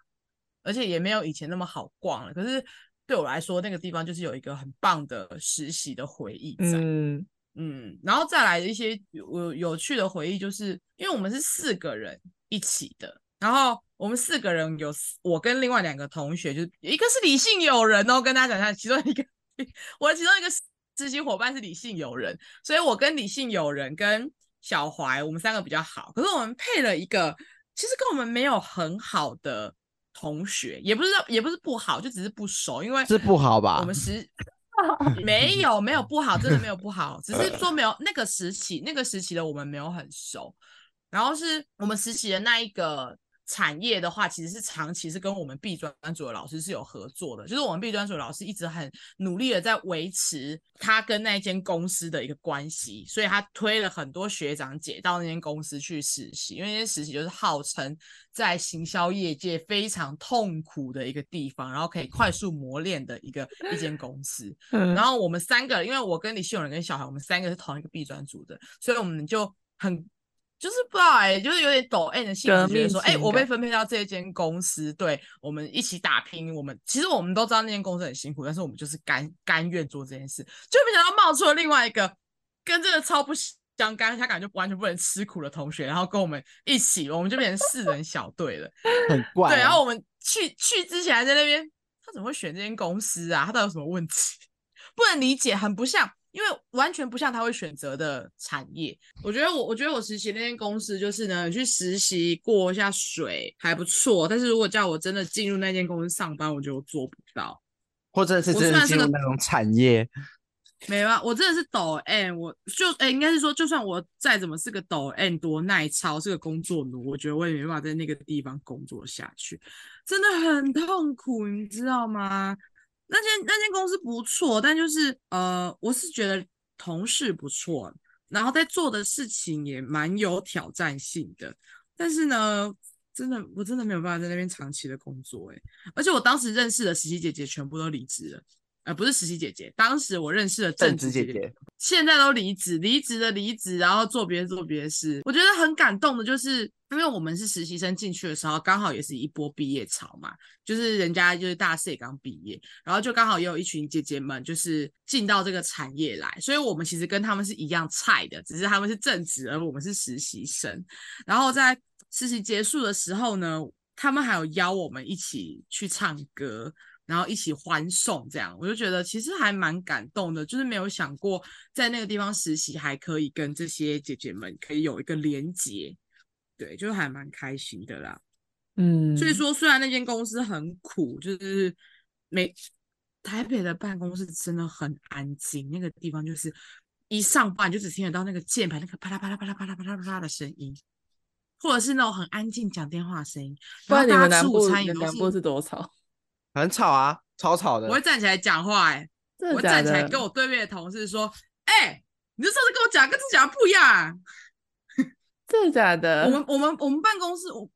Speaker 3: 而且也没有以前那么好逛了。可是对我来说，那个地方就是有一个很棒的实习的回忆在。
Speaker 1: 嗯
Speaker 3: 嗯，然后再来一些有有趣的回忆，就是因为我们是四个人一起的，然后我们四个人有四我跟另外两个同学，就是一个是理性友人哦，跟大家讲一下，其中一个我的其中一个实习伙伴是理性友人，所以我跟理性友人跟小怀我们三个比较好，可是我们配了一个其实跟我们没有很好的同学，也不是也不是不好，就只是不熟，因为
Speaker 2: 是不好吧
Speaker 3: 我们时没有没有不好，真的没有不好，只是说没有那个时期，那个时期的我们没有很熟。然后是我们实习的那一个产业的话，其实是长期是跟我们 B 专组的老师是有合作的，就是我们 B 专组的老师一直很努力的在维持他跟那一间公司的一个关系，所以他推了很多学长姐到那间公司去实习，因为那间实习就是号称在行销业界非常痛苦的一个地方，然后可以快速磨练的一个一间公司。
Speaker 1: 嗯
Speaker 3: 然后我们三个，因为我跟李秀仁跟小孩，我们三个是同一个 B 专组的，所以我们就很就是不知道哎、就是有点抖 N 的性
Speaker 1: 革
Speaker 3: 质，觉得
Speaker 1: 命
Speaker 3: 说哎、
Speaker 1: 情
Speaker 3: 我被
Speaker 1: 感
Speaker 3: 分配到这间公司，对我们一起打拼。我们其实我们都知道那间公司很辛苦，但是我们就是甘甘愿做这件事，就没想到冒出了另外一个跟这个超不相干，他感觉完全不能吃苦的同学，然后跟我们一起，我们就变成四人小队了。
Speaker 2: 很怪、 啊
Speaker 3: 对，然啊后我们去去之前还在那边，他怎么会选这间公司啊？他到底有什么问题？ 不能理解，很不像，因为完全不像他会选择的产业。我觉得我，我觉得我实习那间公司就是呢，去实习过一下水还不错，但是如果叫我真的进入那间公司上班，我觉得我做不到。
Speaker 2: 或者是真
Speaker 3: 我虽
Speaker 2: 的
Speaker 3: 然
Speaker 2: 进
Speaker 3: 是
Speaker 2: 入
Speaker 3: 个
Speaker 2: 那种产业，
Speaker 3: 没办法，我真的是抖 N，我就哎、应该是说，就算我再怎么是个抖 N，多耐操，是个工作奴，我觉得我也没办法在那个地方工作下去，真的很痛苦，你知道吗？那间那间公司不错，但就是呃，我是觉得同事不错，然后在做的事情也蛮有挑战性的，但是呢，真的我真的没有办法在那边长期的工作、欸，而且我当时认识的实习姐姐全部都离职了。呃，不是实习姐姐，当时我认识的
Speaker 2: 正
Speaker 3: 正
Speaker 2: 直
Speaker 3: 职
Speaker 2: 姐
Speaker 3: 姐
Speaker 2: 姐，
Speaker 3: 现在都离职，离职的离职，然后做别的做别的事。我觉得很感动的，就是因为我们是实习生进去的时候，刚好也是一波毕业潮嘛，就是人家就是大四也刚毕业，然后就刚好也有一群姐姐们就是进到这个产业来，所以我们其实跟他们是一样菜的，只是他们是正职，而我们是实习生。然后在实习结束的时候呢，他们还有邀我们一起去唱歌，然后一起欢送，这样我就觉得其实还蛮感动的，就是没有想过在那个地方实习还可以跟这些姐姐们可以有一个连结，对，就还蛮开心的啦。
Speaker 1: 嗯，
Speaker 3: 所以说，虽然那间公司很苦，就是每台北的办公室真的很安静，那个地方就是一上班就只听得到那个键盘那个啪啦啪啦啪啦啪啦啪啦啪啦的声音，或者是那种很安静讲电话的声音。
Speaker 1: 不然你
Speaker 3: 后
Speaker 1: 们
Speaker 3: 大家
Speaker 1: 南
Speaker 3: 吃
Speaker 1: 部
Speaker 3: 午餐
Speaker 1: 你
Speaker 3: 也
Speaker 1: 们
Speaker 3: 都
Speaker 1: 南
Speaker 3: 是
Speaker 1: 部是多 吵？
Speaker 2: 很吵啊，超吵的
Speaker 3: 我。会站起来讲话、欸，
Speaker 1: 真
Speaker 3: 我
Speaker 1: 的
Speaker 3: 会
Speaker 1: 假
Speaker 3: 站
Speaker 1: 的？
Speaker 3: 起来跟我对面的同事说，哎、你这上次跟我讲跟这讲的不一样、啊。
Speaker 1: 真的假的？
Speaker 3: 我们我们我们办公室，我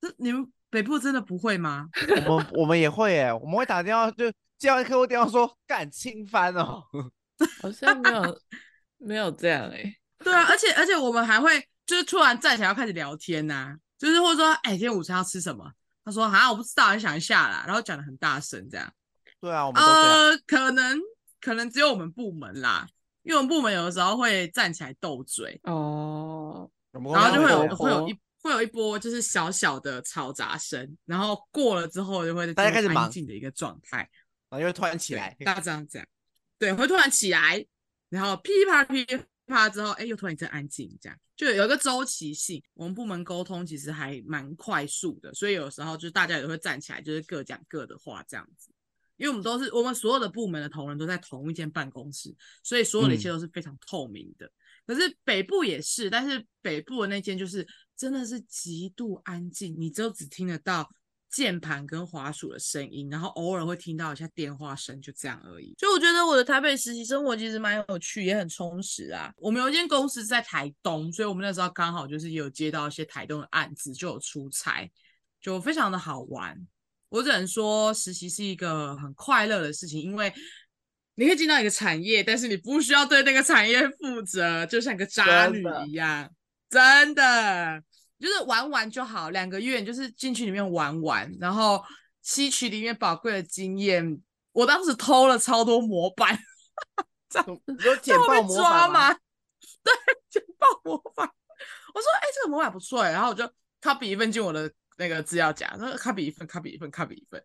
Speaker 3: 这你们北部真的不会吗？
Speaker 2: 我们我们也会哎、我们会打电话就接完客户电话说干清翻哦，
Speaker 1: 好像没有 没有这样哎、
Speaker 3: 对啊，而且而且我们还会就是突然站起来要开始聊天呐、就是或者说，哎、今天午餐要吃什么？他说啊，我不知道，你想一下啦，然后讲的很大声这样。
Speaker 2: 对啊，我们都这样。
Speaker 3: 呃，可能可能只有我们部门啦，因为我们部门有的时候会站起来斗嘴，
Speaker 1: 哦，
Speaker 2: 我们
Speaker 3: 然后
Speaker 2: 公
Speaker 3: 就
Speaker 2: 司
Speaker 3: 会
Speaker 2: 这
Speaker 3: 有
Speaker 2: 样
Speaker 3: 会有
Speaker 1: 哦
Speaker 3: 一会有一波就是小小的吵杂声，然后过了之后就会
Speaker 2: 大家
Speaker 3: 进
Speaker 2: 开
Speaker 3: 入
Speaker 2: 始
Speaker 3: 安
Speaker 2: 忙
Speaker 3: 静的一个状态。
Speaker 2: 然后又突然起
Speaker 3: 对
Speaker 2: 来，
Speaker 3: 大家这样讲，对，会突然起来，然后噼里啪啦噼里啪啦之后，哎，又突然一阵安静，这样就有一个周期性。我们部门沟通其实还蛮快速的，所以有时候就大家也会站起来，就是各讲各的话这样子。因为我们都是我们所有的部门的同仁都在同一间办公室，所以所有的一切都是非常透明的。可是北部也是，但是北部的那间就是真的是极度安静，你就只听得到键盘跟滑鼠的声音，然后偶尔会听到一下电话声，就这样而已。所以我觉得我的台北实习生活其实蛮有趣，也很充实啊。我们有一间公司在台东，所以我们那时候刚好就是也有接到一些台东的案子，就有出差，就非常的好玩。我只能说，实习是一个很快乐的事情，因为你可以进到一个产业，但是你不需要对那个产业负责，就像个渣
Speaker 2: 真
Speaker 3: 女
Speaker 2: 的
Speaker 3: 一样，真的就是玩玩就好。两个月你就是进去里面玩玩，然后吸取里面宝贵的经验，我当时偷了超多模板，
Speaker 5: 有
Speaker 3: 在
Speaker 5: 简
Speaker 3: 后
Speaker 5: 报
Speaker 3: 面
Speaker 5: 模
Speaker 3: 抓
Speaker 2: 啊
Speaker 5: 板吗？
Speaker 3: 吗？ 对，简报模板。我说，哎、这个模板不错哎、然后我就 copy 一份进我的那个资料夹，然后 copy 一份，copy 一份，copy 一份。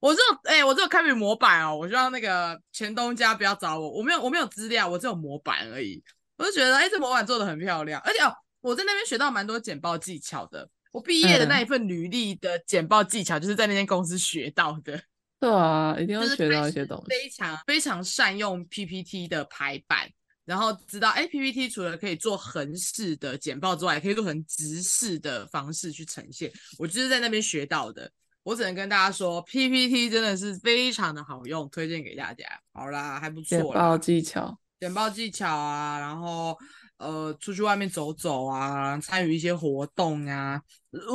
Speaker 3: 我只有哎、我只有 copy 模板哦，我希望那个前东家不要找我，我没有我没有资料，我只有模板而已。我就觉得，哎、这模板做的很漂亮，而且哦，我在那边学到蛮多简报技巧的。我毕业的
Speaker 5: 嗯
Speaker 3: 那一份履历的简报技巧，就是在那间公司学到的。
Speaker 1: 对啊，一定
Speaker 3: 就
Speaker 1: 要
Speaker 3: 是
Speaker 1: 学
Speaker 3: 开
Speaker 1: 到一
Speaker 3: 始
Speaker 1: 些东西。
Speaker 3: 非常非常善用 PPT 的排版，然后知道哎，PPT 除了可以做横式的简报之外，也可以做成直式的方式去呈现。我就是在那边学到的。我只能跟大家说，PPT 真的是非常的好用，推荐给大家。好啦，还不
Speaker 1: 简
Speaker 3: 错啦
Speaker 1: 报，技巧，
Speaker 3: 简报技巧啊，然后呃，出去外面走走啊，参与一些活动啊，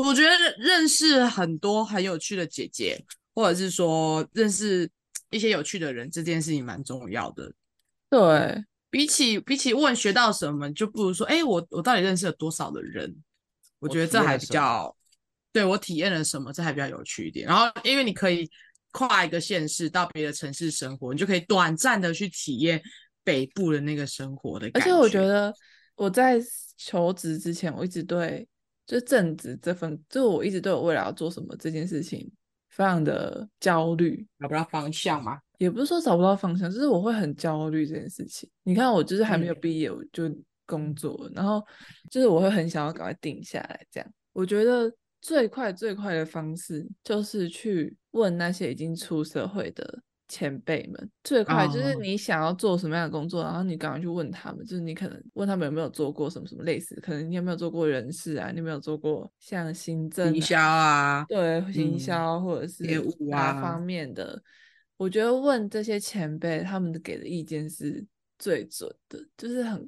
Speaker 3: 我觉得认认识很多很有趣的姐姐，或者是说认识一些有趣的人，这件事情蛮重要的。
Speaker 1: 对，
Speaker 3: 比起比起问学到什么，就不如说，哎、我我到底认识了多少的人？我
Speaker 2: 我
Speaker 3: 觉得
Speaker 2: 体
Speaker 3: 这
Speaker 2: 验
Speaker 3: 还
Speaker 2: 了
Speaker 3: 比
Speaker 2: 什么
Speaker 3: 较，对我体验了什么，这还比较有趣一点。然后，因为你可以跨一个县市到别的城市生活，你就可以短暂的去体验北部的那个生活的
Speaker 1: 而
Speaker 3: 感
Speaker 1: 且我觉得我在求职之前，我一直对就正职这份，就我一直对我未来要做什么这件事情非常的焦虑，
Speaker 3: 找不到方向嘛。
Speaker 1: 也不是说找不到方向，就是我会很焦虑这件事情。你看，我就是还没有
Speaker 3: 嗯
Speaker 1: 毕业，我就工作了，然后就是我会很想要赶快定下来。这样，我觉得最快最快的方式就是去问那些已经出社会的前辈们。最快就是
Speaker 3: 哦
Speaker 1: 你想要做什么样的工作，然后你赶快去问他们，就是你可能问他们有没有做过什么什么类似，可能你有没有做过人事啊，你有没有做过像行政、
Speaker 3: 营销啊，
Speaker 1: 对行
Speaker 3: 嗯
Speaker 1: 销或者是
Speaker 3: 业务
Speaker 1: 哪
Speaker 3: 啊
Speaker 1: 方面的，我觉得问这些前辈他们的给的意见是最准的，就是很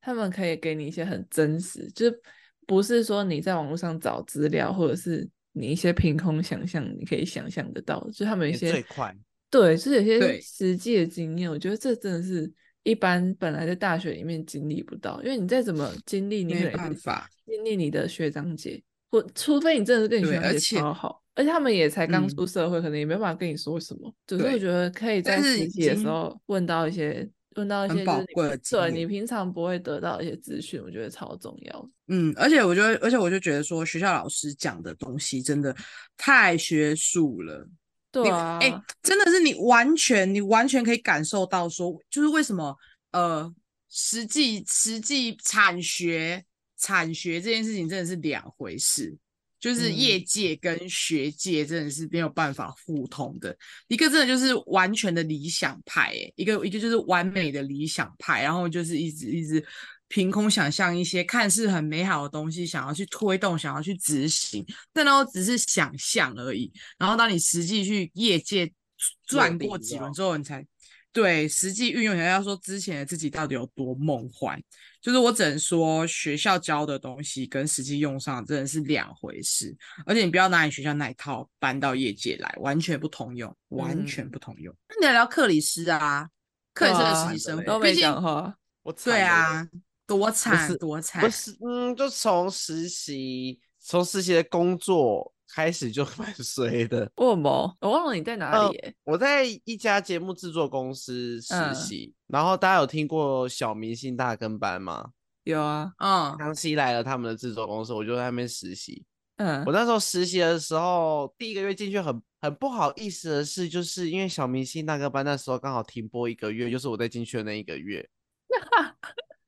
Speaker 1: 他们可以给你一些很真实，就是不是说你在网络上找资料或者是你一些凭空想象你可以想象得到的，就是他们有一
Speaker 2: 也
Speaker 1: 些
Speaker 2: 最快
Speaker 1: 对，就是有些
Speaker 3: 对
Speaker 1: 实际的经验，我觉得这真的是一般本来在大学里面经历不到，因为你再怎么经历，你可
Speaker 3: 没
Speaker 1: 能也
Speaker 3: 办
Speaker 1: 是
Speaker 3: 法
Speaker 1: 经历你的学长姐，或除非你真的是跟你学
Speaker 3: 对
Speaker 1: 长
Speaker 3: 而
Speaker 1: 姐
Speaker 3: 且
Speaker 1: 超好，而且他们也才刚
Speaker 3: 嗯
Speaker 1: 出社会，可能也没办法跟你说什么。只是我
Speaker 3: 对
Speaker 1: 觉得可以在
Speaker 3: 但是
Speaker 1: 实
Speaker 3: 已
Speaker 1: 习的时
Speaker 3: 经
Speaker 1: 候问到一些问到一
Speaker 3: 很
Speaker 1: 些就
Speaker 3: 宝
Speaker 1: 是你
Speaker 3: 贵的经
Speaker 1: 对
Speaker 3: 验
Speaker 1: 你平常不会得到的一些资讯，我觉得超重要的。
Speaker 3: 嗯，而且我觉得，而且我就觉得说，学校老师讲的东西真的太学术了。
Speaker 1: 对
Speaker 3: 你
Speaker 1: 啊，
Speaker 3: 哎、真的是你完全，你完全可以感受到说，就是为什么呃，实际实际产学产学这件事情真的是两回事，就是业界跟学界真的是没有办法互通的。一个真的就是完全的理想派、欸，一个一个就是完美的理想派，然后就是一直一直凭空想象一些看似很美好的东西，想要去推动，想要去执行，但都只是想象而已。然后当你实际去业界转
Speaker 5: 地
Speaker 3: 过几轮
Speaker 5: 了
Speaker 3: 之后，你才对实际运用起来，要说之前的自己到底有多梦幻。就是我只能说，学校教的东西跟实际用上真的是两回事，而且你不要拿你学校那一套搬到业界来，完全不通用，完全不通用。嗯那你聊聊克里斯啊，克里斯的实
Speaker 1: 哇
Speaker 3: 习生
Speaker 1: 都
Speaker 3: 活，
Speaker 1: 没
Speaker 3: 毕竟
Speaker 1: 讲话，
Speaker 2: 我惨
Speaker 3: 对
Speaker 2: 了
Speaker 3: 啊，多惨
Speaker 2: 是
Speaker 3: 多惨
Speaker 2: 不，是，嗯，就从实习，从实习的工作开始就 蛮衰的。
Speaker 1: 我有毛，我忘了你在哪
Speaker 3: 哦
Speaker 2: 呃
Speaker 1: 里、欸。
Speaker 2: 我在一家节目制作公司
Speaker 1: 嗯
Speaker 2: 实习，然后大家有听过小明星大跟班吗？
Speaker 1: 有啊，
Speaker 3: 嗯，
Speaker 2: 康熙来了他们的制作公司，我就在那边实习。
Speaker 1: 嗯
Speaker 2: 我，那时候实习的时候，第一个月进去很很不好意思的是，就是因为小明星大哥班那时候刚好停播一个月，就是我在进去的那一个 月，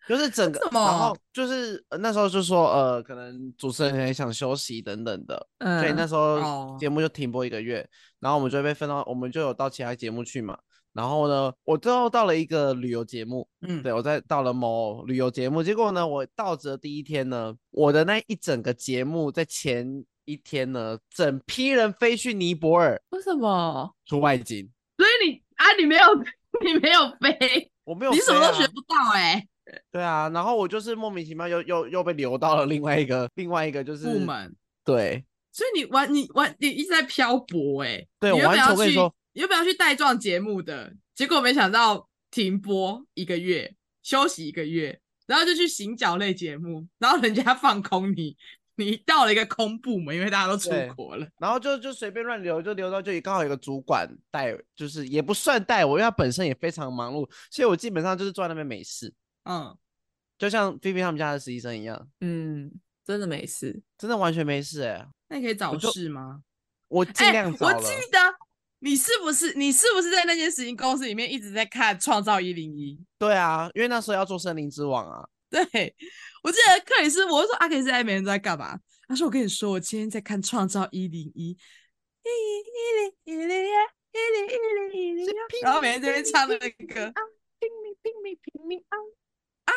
Speaker 2: 就是整个，
Speaker 3: 什
Speaker 2: 然
Speaker 3: 么
Speaker 2: 后就是、呃那时候就说呃，可能主持人很想休息等等的，所以那
Speaker 1: 嗯，
Speaker 2: 时候
Speaker 3: 哦
Speaker 2: 节目就停播一个月，然后我们就被分到，我们就有到其他节目去嘛。然后呢，我最后到了一个旅游节目，
Speaker 3: 嗯，
Speaker 2: 对，我在到了某旅游节目，结果呢，我到职的第一天呢，我的那一整个节目在前一天呢，整批人飞去尼泊尔
Speaker 1: 为什么？
Speaker 2: 出外景，
Speaker 3: 所以你啊，你没有 你没有飞，
Speaker 2: 我没有、啊
Speaker 3: 你什么都学。不到哎、
Speaker 2: 对啊，然后我就是莫名其妙又又又被留到了另外一个另外一个就是
Speaker 3: 部，门，
Speaker 2: 对
Speaker 3: 所以你完你完你一直在漂泊哎、
Speaker 2: 对，
Speaker 3: 你
Speaker 2: 我
Speaker 3: 原
Speaker 2: 完全我
Speaker 3: 本要
Speaker 2: 跟你
Speaker 3: 去
Speaker 2: 说，
Speaker 3: 原本要去带状节目的，结果没想到停播一个月，休息一个月，然后就去行脚类节目，然后人家放空你，你到了一个空部门，因为大家都出
Speaker 2: 对
Speaker 3: 国了，
Speaker 2: 然后就就随便乱留，就留到这里，刚好有个主管带，就是也不算带我，因为他本身也非常忙碌，所以我基本上就是坐在那边没事，
Speaker 3: 嗯，
Speaker 2: 就像菲菲他们家的实习生一样，
Speaker 1: 嗯，真的没事。
Speaker 2: 真的完全没事哎、
Speaker 3: 那你可以早
Speaker 2: 我就
Speaker 3: 事吗？
Speaker 2: 我尽
Speaker 3: 哎
Speaker 2: 量找
Speaker 3: 我
Speaker 2: 了。
Speaker 3: 记得你是不是你是不是在那间实习公司里面一直在看《创造一零一》？
Speaker 2: 对啊，因为那时候要做森林之王啊，
Speaker 3: 对，我记得克里斯，我就说阿克里斯在每天都在干嘛？他说我跟你说，我今天在看《创造一零一》，一零一零一零呀，一零一零一零呀，然后每天在那边唱那个歌啊
Speaker 1: 啊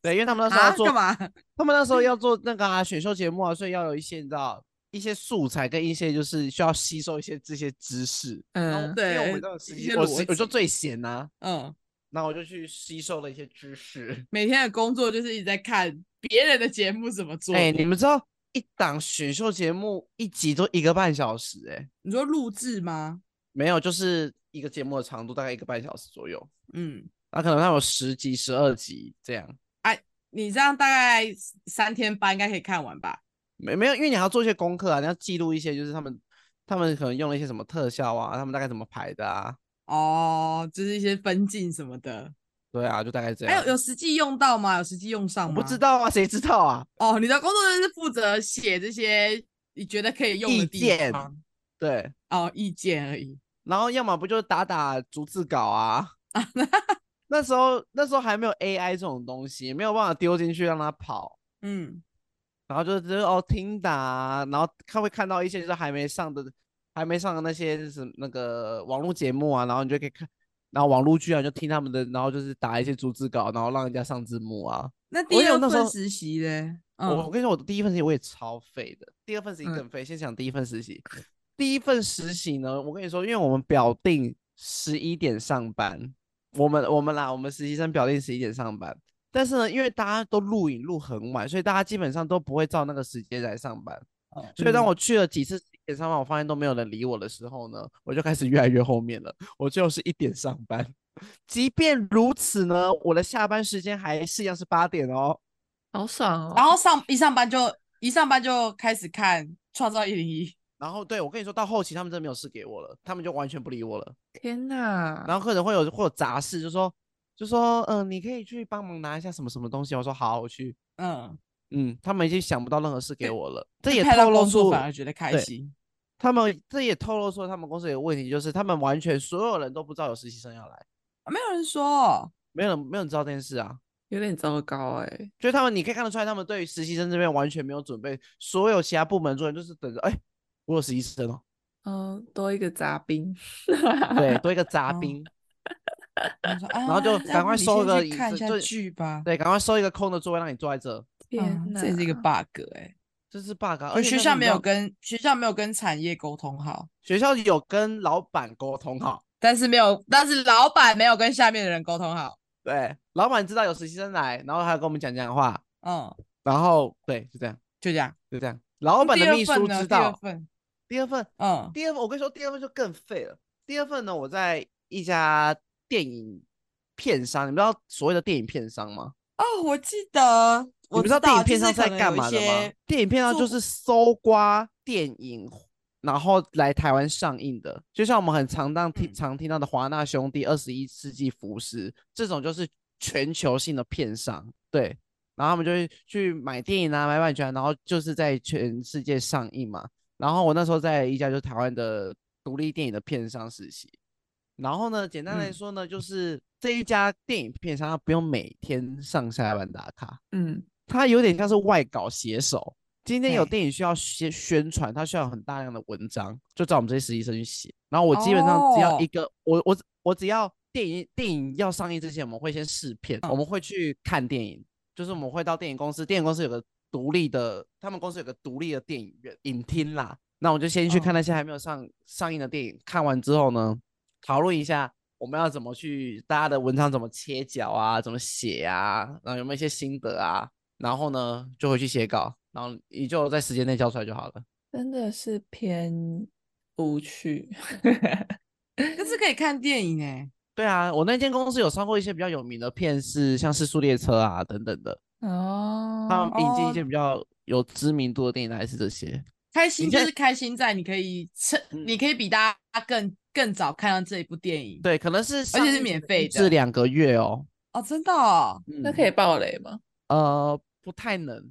Speaker 2: 对，因为他们那时候要做，
Speaker 3: 啊干嘛？嗯
Speaker 2: 他们那时候要做那个啊选秀节目啊，所以要有一些你知道一些素材跟一些就是需要吸收一些这些知识。
Speaker 1: 嗯，
Speaker 2: 因为我
Speaker 3: 对
Speaker 2: 们那个实
Speaker 3: 一
Speaker 2: 习
Speaker 3: 些
Speaker 2: 我
Speaker 3: 逻
Speaker 2: 实我就
Speaker 3: 辑
Speaker 2: 最闲呐、啊，
Speaker 3: 嗯，
Speaker 2: 然后我就去吸收了一些知识。
Speaker 3: 每天的工作就是一直在看别人的节目怎么做。
Speaker 2: 哎、你们知道一档选秀节目一集都一个半小时、哎，
Speaker 3: 你说录制吗？
Speaker 2: 没有，就是一个节目的长度大概一个半小时左右，
Speaker 3: 嗯，
Speaker 2: 那可能它有十集、十二集这样。
Speaker 3: 你这样大概三天半应该可以看完吧？
Speaker 2: 没没有，因为你还要做一些功课啊，你要记录一些，就是他们他们可能用了一些什么特效啊，他们大概怎么排的啊，
Speaker 3: 哦，就是一些分镜什么的，
Speaker 2: 对啊，就大概这
Speaker 3: 还
Speaker 2: 样。
Speaker 3: 有有实际用到吗？有实际用上
Speaker 2: 我
Speaker 3: 吗？
Speaker 2: 不知道啊，谁知道啊？
Speaker 3: 哦，你的工作就是负责写这些你觉得可以用的
Speaker 2: 意
Speaker 3: 地
Speaker 2: 见
Speaker 3: 方
Speaker 2: 对，
Speaker 3: 哦，意见而已。
Speaker 2: 然后要么不就打打逐字稿 啊。那时候那时候还没有 AI 这种东西，没有办法丢进去让它跑，
Speaker 3: 嗯，
Speaker 2: 然后就是就是哦听打啊，然后看会看到一些就是还没上的还没上的那些是那个网络节目啊，然后你就可以看，然后网络剧啊你就听他们的，然后就是打一些逐字稿，然后让人家上字幕啊。
Speaker 3: 那
Speaker 2: 我
Speaker 3: 第
Speaker 2: 有
Speaker 3: 二
Speaker 2: 那时
Speaker 3: 份
Speaker 2: 候
Speaker 3: 实习嘞，
Speaker 2: 我我
Speaker 3: 嗯，
Speaker 2: 跟你说，我的第一份实习我也超废的，第二份实习
Speaker 3: 嗯
Speaker 2: 更废。先讲第一份实习，第一份实习呢，我跟你说，因为我们表定十一点上班，我们我们啦，我们实习生表定十一点上班，但是呢，因为大家都录影录很晚，所以大家基本上都不会照那个时间来上班。
Speaker 3: 哦
Speaker 2: 所
Speaker 3: 嗯
Speaker 2: 以当我去了几次十一点上班，我发现都没有人理我的时候呢，我就开始越来越后面了。我最后是一点上班，即便如此呢，我的下班时间还是一样是八点哦。
Speaker 1: 好爽哦。
Speaker 3: 然后上一上班就一上班就开始看《创造一零一》，
Speaker 2: 然后对我跟你说，到后期他们真的没有事给我了，他们就完全不理我了。
Speaker 1: 天哪，
Speaker 2: 然后可能会有会有杂事，就说就说嗯、呃你可以去帮忙拿一下什么什么东西。我说好，我去。
Speaker 3: 嗯，
Speaker 2: 嗯，他们已经想不到任何事给我了，这
Speaker 3: 就
Speaker 2: 也
Speaker 3: 派到
Speaker 2: 透露
Speaker 3: 工作
Speaker 2: 出
Speaker 3: 反而觉得开
Speaker 2: 对
Speaker 3: 心。
Speaker 2: 他们这也透露出他们公司有个问题，就是他们完全所有人都不知道有实习生要来，
Speaker 3: 啊没有人说，哦
Speaker 2: 没有人没有人知道这件事啊。
Speaker 1: 有点糟糕哎。
Speaker 2: 就是他们你可以看得出来，他们对于实习生这边完全没有准备，所有其他部门做人就是等着，哎，我有实习生哦，
Speaker 1: 嗯，多一个杂兵。
Speaker 2: 对，多一个杂
Speaker 3: 哦
Speaker 2: 兵。
Speaker 3: 然后
Speaker 2: 然后就赶快收个椅子，
Speaker 3: 看一下
Speaker 2: 就
Speaker 3: 剧吧。
Speaker 2: 对，赶快收一个空的座位让你坐在这，
Speaker 1: 天
Speaker 3: 嗯
Speaker 1: 哪，
Speaker 3: 这也是一个 bug 哎，
Speaker 2: 这是 bug 啊。而
Speaker 3: 就
Speaker 2: 且那
Speaker 3: 学
Speaker 2: 个
Speaker 3: 校
Speaker 2: 你
Speaker 3: 没
Speaker 2: 知
Speaker 3: 有
Speaker 2: 道
Speaker 3: 跟学校没有跟产业沟通好。
Speaker 2: 学校有跟老板沟通好，
Speaker 3: 但是没有，但是老板没有跟下面的人沟通好。
Speaker 2: 对，老板知道有实习生来，然后还要跟我们讲讲话，
Speaker 3: 嗯，
Speaker 2: 然后对，就这样，
Speaker 3: 就这样。
Speaker 2: 就这样。老板
Speaker 3: 第
Speaker 2: 的
Speaker 3: 二
Speaker 2: 秘
Speaker 3: 份
Speaker 2: 书
Speaker 3: 呢
Speaker 2: 知
Speaker 3: 第二
Speaker 2: 道。
Speaker 3: 份，
Speaker 2: 第二份，
Speaker 3: 嗯
Speaker 2: 第二份，我跟你说，第二份就更废了。第二份呢，我在一家电影片商，你们知道所谓的电影片商吗？
Speaker 3: 哦，我记得，
Speaker 2: 你
Speaker 3: 我
Speaker 2: 们知道电影
Speaker 3: 就
Speaker 2: 片
Speaker 3: 是
Speaker 2: 商
Speaker 3: 可
Speaker 2: 在
Speaker 3: 能
Speaker 2: 干
Speaker 3: 有一
Speaker 2: 嘛的吗
Speaker 3: 些？
Speaker 2: 电影片商就
Speaker 3: 做
Speaker 2: 是搜刮电影，然后来台湾上映的，就像我们很常当听、
Speaker 3: 嗯
Speaker 2: 常听到的华纳兄弟、二十一世纪福斯这种，就是全球性的片商，对。然后他们就会去买电影啊，买版权啊，然后就是在全世界上映嘛。然后我那时候在一家就是台湾的独立电影的片商实习，然后呢，简单来
Speaker 3: 嗯
Speaker 2: 说呢，就是这一家电影片商，它不用每天上下班打卡，
Speaker 1: 嗯，
Speaker 2: 它有点像是外稿写手。今天有
Speaker 3: 对
Speaker 2: 电影需要宣宣传，它需要很大量的文章，就找我们这些实习生去写。然后我基本上只要一
Speaker 3: 哦
Speaker 2: 个，我我只我只要电影电影要上映之前，我们会先试片，
Speaker 3: 嗯
Speaker 2: 我们会去看电影，就是我们会到电影公司，电影公司有个独立的，他们公司有个独立的电影院影厅啦。那我就先去看
Speaker 3: 嗯
Speaker 2: 那些还没有上上映的电影，看完之后呢，讨论一下我们要怎么去大家的文章怎么切角啊，怎么写啊，然后有没有一些心得啊，然后呢就回去写稿，然后你就在时间内交出来就好了。
Speaker 1: 真的是偏无趣。
Speaker 3: 但是可以看电影哎。
Speaker 2: 对啊，我那间公司有上过一些比较有名的片是像《失速列车》啊等等的，
Speaker 1: 哦，
Speaker 2: 他们引进
Speaker 3: 哦
Speaker 2: 一些比较有知名度的电影，大概是这些。
Speaker 3: 开心
Speaker 2: 你
Speaker 3: 就
Speaker 2: 现在
Speaker 3: 是开心，在你可以趁，
Speaker 2: 嗯
Speaker 3: 你可以比大家更更早看到这一部电影。
Speaker 2: 对，可能是
Speaker 3: 且
Speaker 2: 上
Speaker 3: 是
Speaker 2: 映
Speaker 3: 免
Speaker 2: 一
Speaker 3: 费
Speaker 2: 至
Speaker 3: 的
Speaker 2: 两个月哦。
Speaker 3: 哦，真的、哦，
Speaker 1: 那可以爆雷吗？
Speaker 2: 呃，不太 能，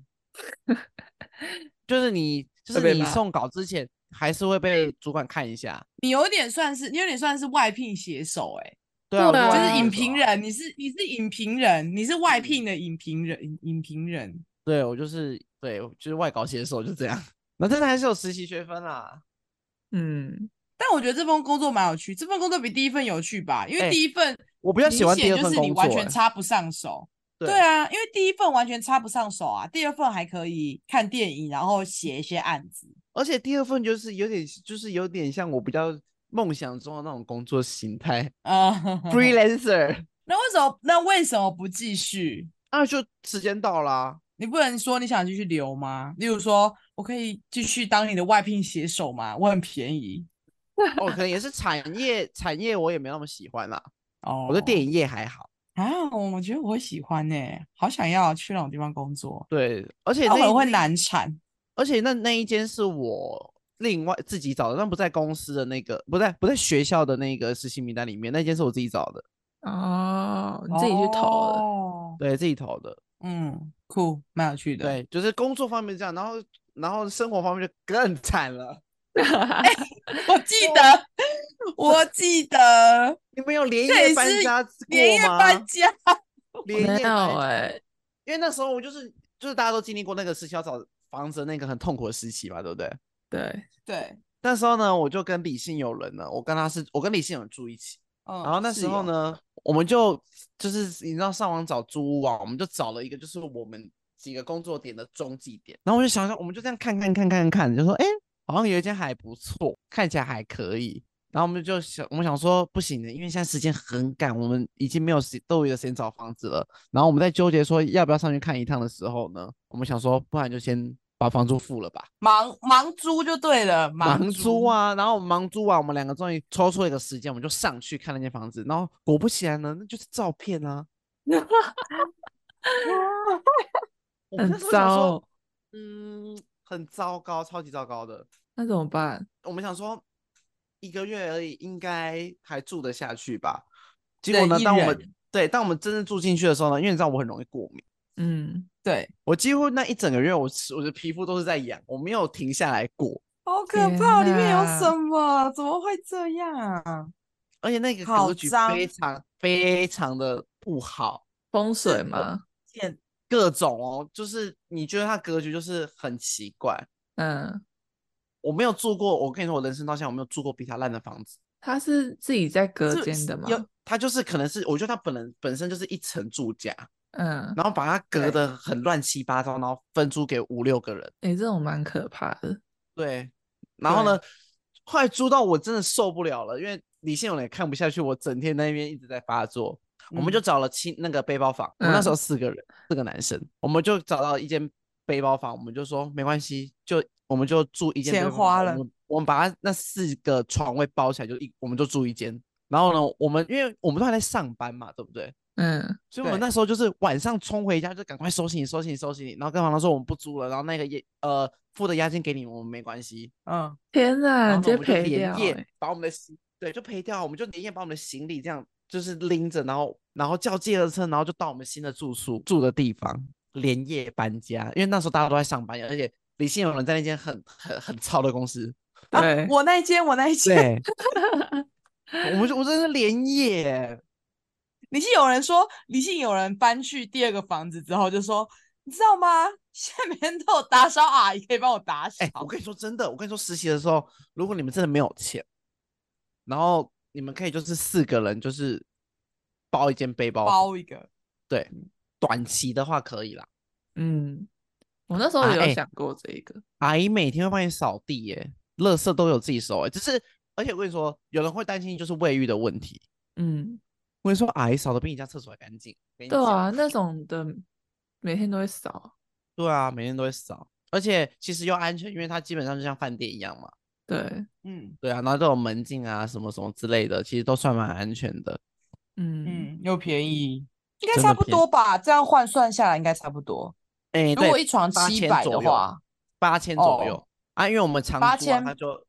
Speaker 2: 就是你就
Speaker 1: 会
Speaker 2: 是
Speaker 1: 被
Speaker 2: 你
Speaker 1: 骂
Speaker 2: 送稿之前还是会被主管看一下。
Speaker 3: 你有点算是，你有点算是外聘写手、欸，
Speaker 2: 对啊，我
Speaker 1: 对
Speaker 2: 外
Speaker 3: 就
Speaker 1: 啊
Speaker 3: 是
Speaker 2: 聘写
Speaker 3: 影
Speaker 2: 手
Speaker 3: 评
Speaker 2: 啊。嗯
Speaker 3: 人，你是你是影评人，你是外聘的影评人，影影评人。
Speaker 2: 对我就是对，就是外稿写手就这样。那真的还是有实习学分啦。
Speaker 1: 嗯，
Speaker 3: 但我觉得这份工作蛮有趣，这份工作比第一份有趣吧，因为
Speaker 2: 哎
Speaker 3: 第一份
Speaker 2: 我比
Speaker 3: 比
Speaker 2: 较喜欢第二
Speaker 3: 就
Speaker 2: 份
Speaker 3: 是你
Speaker 2: 工
Speaker 3: 完
Speaker 2: 作欸、
Speaker 3: 全插不上手。
Speaker 2: 对
Speaker 3: 对啊，因为第一份完全插不上手啊，第二份还可以看电影，然后写一些案子。
Speaker 2: 而且第二份就是有点，就是有点像我比较梦想中的那种工作形态
Speaker 3: 啊、
Speaker 2: ，freelancer。
Speaker 3: 那为什么那为什么不继续？
Speaker 2: 那就时间到啦，
Speaker 3: 你不能说你想继续留吗？例如说，我可以继续当你的外聘写手吗？我很便宜
Speaker 2: 哦，可能也是产业，产业我也没那么喜欢啦。
Speaker 3: 哦。
Speaker 2: 我对电
Speaker 3: 影
Speaker 2: 影业还好，
Speaker 3: 啊，我觉得我会喜欢呢、好想要去那种地方工作，
Speaker 2: 对，而且
Speaker 3: 但
Speaker 2: 那
Speaker 3: 我
Speaker 2: 一
Speaker 3: 哦会
Speaker 2: 那一
Speaker 3: 难产。
Speaker 2: 而且那那一间是我另外自己找的，那不在公司的那个，不在不在学校的那个实习名单里面，那间是我自己找的，
Speaker 1: 哦，你自己去投了，
Speaker 3: 哦、
Speaker 2: 对自己投的，
Speaker 3: 嗯，酷，蛮有趣的。，
Speaker 2: 对，就是工作方面这样，然后然后生活方面就更惨了。
Speaker 3: 我记 得，我记得
Speaker 2: 你们有连
Speaker 3: 这
Speaker 2: 夜
Speaker 3: 也
Speaker 2: 搬
Speaker 3: 是
Speaker 2: 家过
Speaker 3: 连夜
Speaker 2: 吗？
Speaker 3: 搬家，
Speaker 2: 连
Speaker 1: 没
Speaker 2: 夜
Speaker 1: 有
Speaker 2: 搬家
Speaker 1: 哎，
Speaker 2: 因为那时候我就是就是大家都经历过那个时期要找房子那个很痛苦的时期嘛，对不对？
Speaker 1: 对，
Speaker 3: 对，
Speaker 2: 那时候呢，我就跟李信友人呢，我跟他是我跟李信友住一起，
Speaker 3: 嗯，
Speaker 2: 然后那时
Speaker 3: 是
Speaker 2: 候
Speaker 3: 有，
Speaker 2: 呢，我们就就是你知道上网找租屋啊，我们就找了一个就是我们几个工作点的中继点，然后我就想想，我们就这样看看看看看，就说哎，诶好像有一间还不错，看起来还可以。然后我们就想，我们想说不行的，因为现在时间很赶，我们已经没有时多余的时间找房子了。然后我们在纠结说要不要上去看一趟的时候呢，我们想说，不然就先把房租付了吧。
Speaker 3: 忙忙租就对了，
Speaker 2: 盲
Speaker 3: 租
Speaker 2: 租，啊，然后我们盲租啊，我们两个终于抽出一个时间，我们就上去看那间房子，然后果不其然呢，那就是照片啊。我
Speaker 1: 很
Speaker 2: 们那时候想说
Speaker 1: 糟，
Speaker 2: 嗯，很糟糕，超级糟糕的。
Speaker 1: 那怎么办？
Speaker 2: 我们想说一个月而已，应该还住得下去吧。结
Speaker 3: 忍
Speaker 2: 果呢，
Speaker 3: 一
Speaker 2: 当我
Speaker 3: 忍
Speaker 2: 们对当我们真正住进去的时候呢，因为你知道我很容易过敏，
Speaker 1: 嗯，
Speaker 3: 对，
Speaker 2: 我几乎那一整个月我是我的皮肤都是在痒，我没有停下来过。
Speaker 3: 好可
Speaker 1: 天
Speaker 3: 怕！里面有
Speaker 1: 呐
Speaker 3: 什么？怎么会这样？
Speaker 2: 而且那个
Speaker 3: 好
Speaker 2: 格局
Speaker 3: 脏
Speaker 2: 非常非常的不好，
Speaker 1: 风水
Speaker 3: 我
Speaker 1: 吗？
Speaker 3: 天，
Speaker 2: 各种哦，就是你觉得它格局就是很奇怪。
Speaker 1: 嗯，
Speaker 2: 我没有住过，我跟你说，我人生到现在我没有住过比它烂的房子。
Speaker 1: 他是自己在隔
Speaker 2: 是
Speaker 1: 间
Speaker 2: 是
Speaker 1: 的吗？
Speaker 2: 有，它就是可能是，我觉得它本人本身就是一层住家，
Speaker 1: 嗯，
Speaker 2: 然后把它隔
Speaker 3: 对
Speaker 2: 得很乱七八糟，然后分租给五六个人。
Speaker 1: 哎，这种蛮可怕的。
Speaker 2: 对，然后呢，后来租到我真的受不了了，因为李现勇也看不下去，我整天在那边一直在发作。我
Speaker 3: 嗯
Speaker 2: 们就找了七那个背包房，我们那时候四个人，四个男生，我们就找到一间背包房，我们就说没关系，就我们就住一间背
Speaker 3: 钱
Speaker 2: 包房。
Speaker 3: 花了
Speaker 2: 我们我们把它那四个床位包起来，就一我们就住一间。然后呢，我们因为我们都还在上班嘛，对不对？
Speaker 1: 嗯，
Speaker 2: 所以我们
Speaker 3: 对
Speaker 2: 那时候就是晚上冲回家就赶快收行李、收行李、收行李，然后跟房东说我们不租了，然后那个也呃付的押金给你，我们没关系。
Speaker 3: 嗯，
Speaker 1: 天
Speaker 2: 然
Speaker 1: 哪，啊
Speaker 2: 后
Speaker 1: 直接
Speaker 2: 呢我们就
Speaker 1: 赔
Speaker 2: 连
Speaker 1: 掉
Speaker 2: 夜
Speaker 1: 欸，
Speaker 2: 把我们的行对就赔掉，我们就连夜把我们的行李这样就是拎着，然后然后叫计程车，然后就到我们新的住宿住的地方，连夜搬家，因为那时候大家都在上班，而且李信有人在那间很很很超的公司，
Speaker 3: 啊
Speaker 1: 对，
Speaker 3: 我那一间，我那一间，
Speaker 2: 对， 我们就我真的是连夜，
Speaker 3: 理性有人说，理性有人搬去第二个房子之后就说，你知道吗？下面都有打扫阿姨可以帮我打扫
Speaker 2: 哎、。我跟你说真的，我跟你说实习的时候，如果你们真的没有钱，然后你们可以就是四个人就是包一间背包房，
Speaker 3: 包一个，
Speaker 2: 对，短期的话可以啦。
Speaker 1: 嗯，我那时候
Speaker 2: 啊
Speaker 1: 有
Speaker 2: 哎
Speaker 1: 想过这一个，
Speaker 2: 阿姨每天会帮你扫地耶，垃圾都有自己收哎。只是，而且我跟你说，有人会担心就是卫浴的问题。
Speaker 1: 嗯，
Speaker 2: 我跟你说，阿姨扫的比你家厕所还干净。跟你
Speaker 1: 对
Speaker 2: 讲
Speaker 1: 啊，那种的每天都会扫，
Speaker 2: 对啊，每天都会扫，而且其实又安全，因为它基本上就像饭店一样嘛。
Speaker 1: 对，
Speaker 3: 嗯
Speaker 2: 对啊，然后都有门禁啊，什么什么之类的，其实都算蛮安全的。
Speaker 1: 嗯，
Speaker 3: 嗯，又便宜，应该
Speaker 2: 真
Speaker 3: 差
Speaker 2: 的
Speaker 3: 不
Speaker 2: 便宜
Speaker 3: 多吧？这样换算下来应该差不多。
Speaker 2: 哎，
Speaker 6: 如果
Speaker 2: 对
Speaker 6: 一床
Speaker 2: 八
Speaker 6: 七
Speaker 2: 千
Speaker 6: 百的
Speaker 2: 左右
Speaker 6: 话，
Speaker 2: 八千左
Speaker 6: 哦
Speaker 2: 右啊，因为我们长
Speaker 6: 八
Speaker 2: 租啊，
Speaker 6: 千
Speaker 2: 他就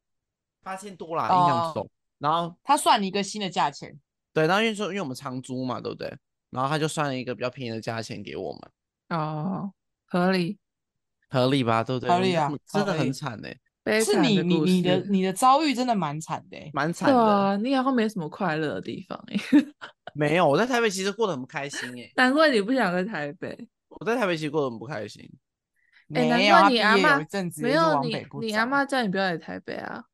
Speaker 2: 八千多啦，印象
Speaker 6: 哦
Speaker 2: 中，然后
Speaker 6: 他算你一个新的价钱，
Speaker 2: 对，然后因为说因为我们长租嘛，对不对？然后他就算了一个比较便宜的价钱给我们，
Speaker 6: 嗯
Speaker 1: 哦，合理。
Speaker 2: 合理吧？对不对？
Speaker 6: 合理
Speaker 2: 他
Speaker 6: 啊
Speaker 2: 们真的
Speaker 6: 合
Speaker 2: 很
Speaker 6: 理
Speaker 2: 惨呢、欸
Speaker 1: 悲
Speaker 6: 是
Speaker 1: 惨
Speaker 6: 你
Speaker 1: 的
Speaker 6: 你
Speaker 1: 故
Speaker 6: 你的
Speaker 1: 事
Speaker 6: 你的遭遇真的蛮惨的欸、
Speaker 2: 蛮惨
Speaker 1: 对
Speaker 2: 的。
Speaker 1: 啊，你好像没什么快乐的地方 哎、
Speaker 2: 没有，我在台北其实过得很不开心诶、
Speaker 1: 难怪你不想在台北。
Speaker 2: 我在台北其实过得很不开心。
Speaker 1: 哎、难
Speaker 6: 没有
Speaker 1: 怪
Speaker 6: 他
Speaker 1: 你
Speaker 6: 毕
Speaker 1: 阿
Speaker 6: 业有
Speaker 1: 妈
Speaker 6: 一阵子
Speaker 1: 没
Speaker 6: 也是
Speaker 1: 有
Speaker 6: 往
Speaker 1: 你
Speaker 6: 北，部
Speaker 1: 你
Speaker 6: 走啊
Speaker 1: 阿妈叫你不要来台北啊。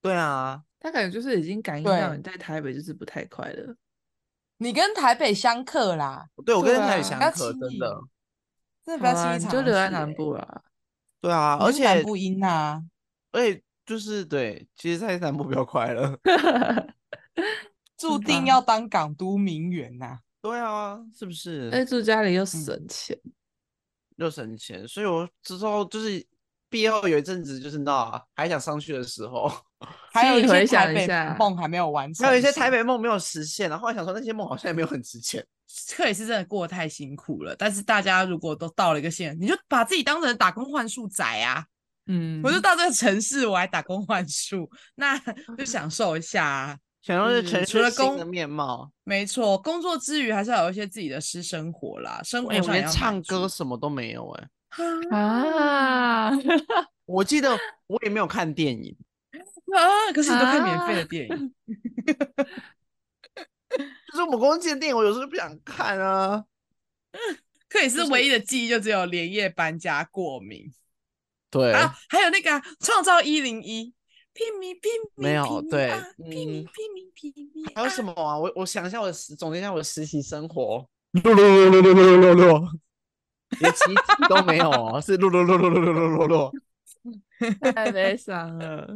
Speaker 2: 对啊，
Speaker 1: 她感觉就是已经感应到
Speaker 6: 对
Speaker 1: 你在台北就是不太快乐。
Speaker 6: 你跟台北相克啦，
Speaker 2: 对我跟
Speaker 1: 对
Speaker 2: 台
Speaker 1: 啊
Speaker 2: 北相
Speaker 6: 不要
Speaker 2: 克，
Speaker 6: 轻
Speaker 2: 真
Speaker 6: 易
Speaker 2: 的。
Speaker 6: 真的不
Speaker 1: 好
Speaker 6: 要
Speaker 1: 啦
Speaker 6: 轻易
Speaker 1: 你
Speaker 6: 尝
Speaker 1: 就留在
Speaker 6: 试
Speaker 1: 南
Speaker 6: 欸
Speaker 1: 部啦。
Speaker 2: 对啊，
Speaker 6: 你
Speaker 2: 而
Speaker 6: 是南
Speaker 2: 且
Speaker 6: 部音啊，
Speaker 2: 而且就是对，其实在南部比较快乐。
Speaker 6: 注
Speaker 1: 吧
Speaker 6: 定要当港都名媛呐、
Speaker 2: 对啊，是不是？
Speaker 1: 哎，住家
Speaker 6: 嗯
Speaker 1: 里又省钱，
Speaker 2: 又省钱，所以我之后就是毕业后有一阵子就是那啊还想上去的时候，
Speaker 6: 还
Speaker 1: 心
Speaker 6: 有
Speaker 1: 里
Speaker 6: 一
Speaker 1: 回
Speaker 6: 些
Speaker 1: 想
Speaker 6: 台
Speaker 1: 一
Speaker 6: 北
Speaker 1: 下
Speaker 6: 梦还没有完成，
Speaker 2: 还有一些台北梦没有实现，然后后来想说那些梦好像也没有很值钱。
Speaker 3: 这也是真的过得太辛苦了。但是大家如果都到了一个线，你就把自己当成打工换宿仔啊！
Speaker 1: 嗯，
Speaker 3: 我就到这个城市，我还打工换宿，那就享受一下、啊。
Speaker 2: 想说是
Speaker 3: 嗯
Speaker 2: 城
Speaker 3: 除
Speaker 2: 市
Speaker 3: 了
Speaker 2: 新
Speaker 3: 工
Speaker 2: 的面貌，
Speaker 3: 没错，工作之余还是要有一些自己的私生活啦，生活
Speaker 2: 哎、我
Speaker 3: 上也
Speaker 2: 连
Speaker 3: 要
Speaker 2: 唱
Speaker 3: 满
Speaker 2: 歌
Speaker 3: 足
Speaker 2: 什么都没有哎、
Speaker 1: 啊，
Speaker 2: 我记得我也没有看电影，
Speaker 3: 啊，可是你都看免费
Speaker 1: 啊
Speaker 3: 的电影，
Speaker 2: 就是我们公司的电影，我有时候不想看啊。
Speaker 3: 可也是唯一的记忆就只有连夜搬家、过敏
Speaker 2: 对，
Speaker 3: 啊，还有那个啊创造一零一，拼命拼命，
Speaker 2: 没有对
Speaker 3: 拼命
Speaker 2: 嗯
Speaker 3: 拼命拼命，
Speaker 2: 还有什
Speaker 3: 么？
Speaker 2: 么啊？我我想一下我的实，总结一下我的实习生活， 六六六六六六六六，连奇迹都没有哦，是六六六六六六六六六。
Speaker 1: 太悲伤了。
Speaker 3: 啊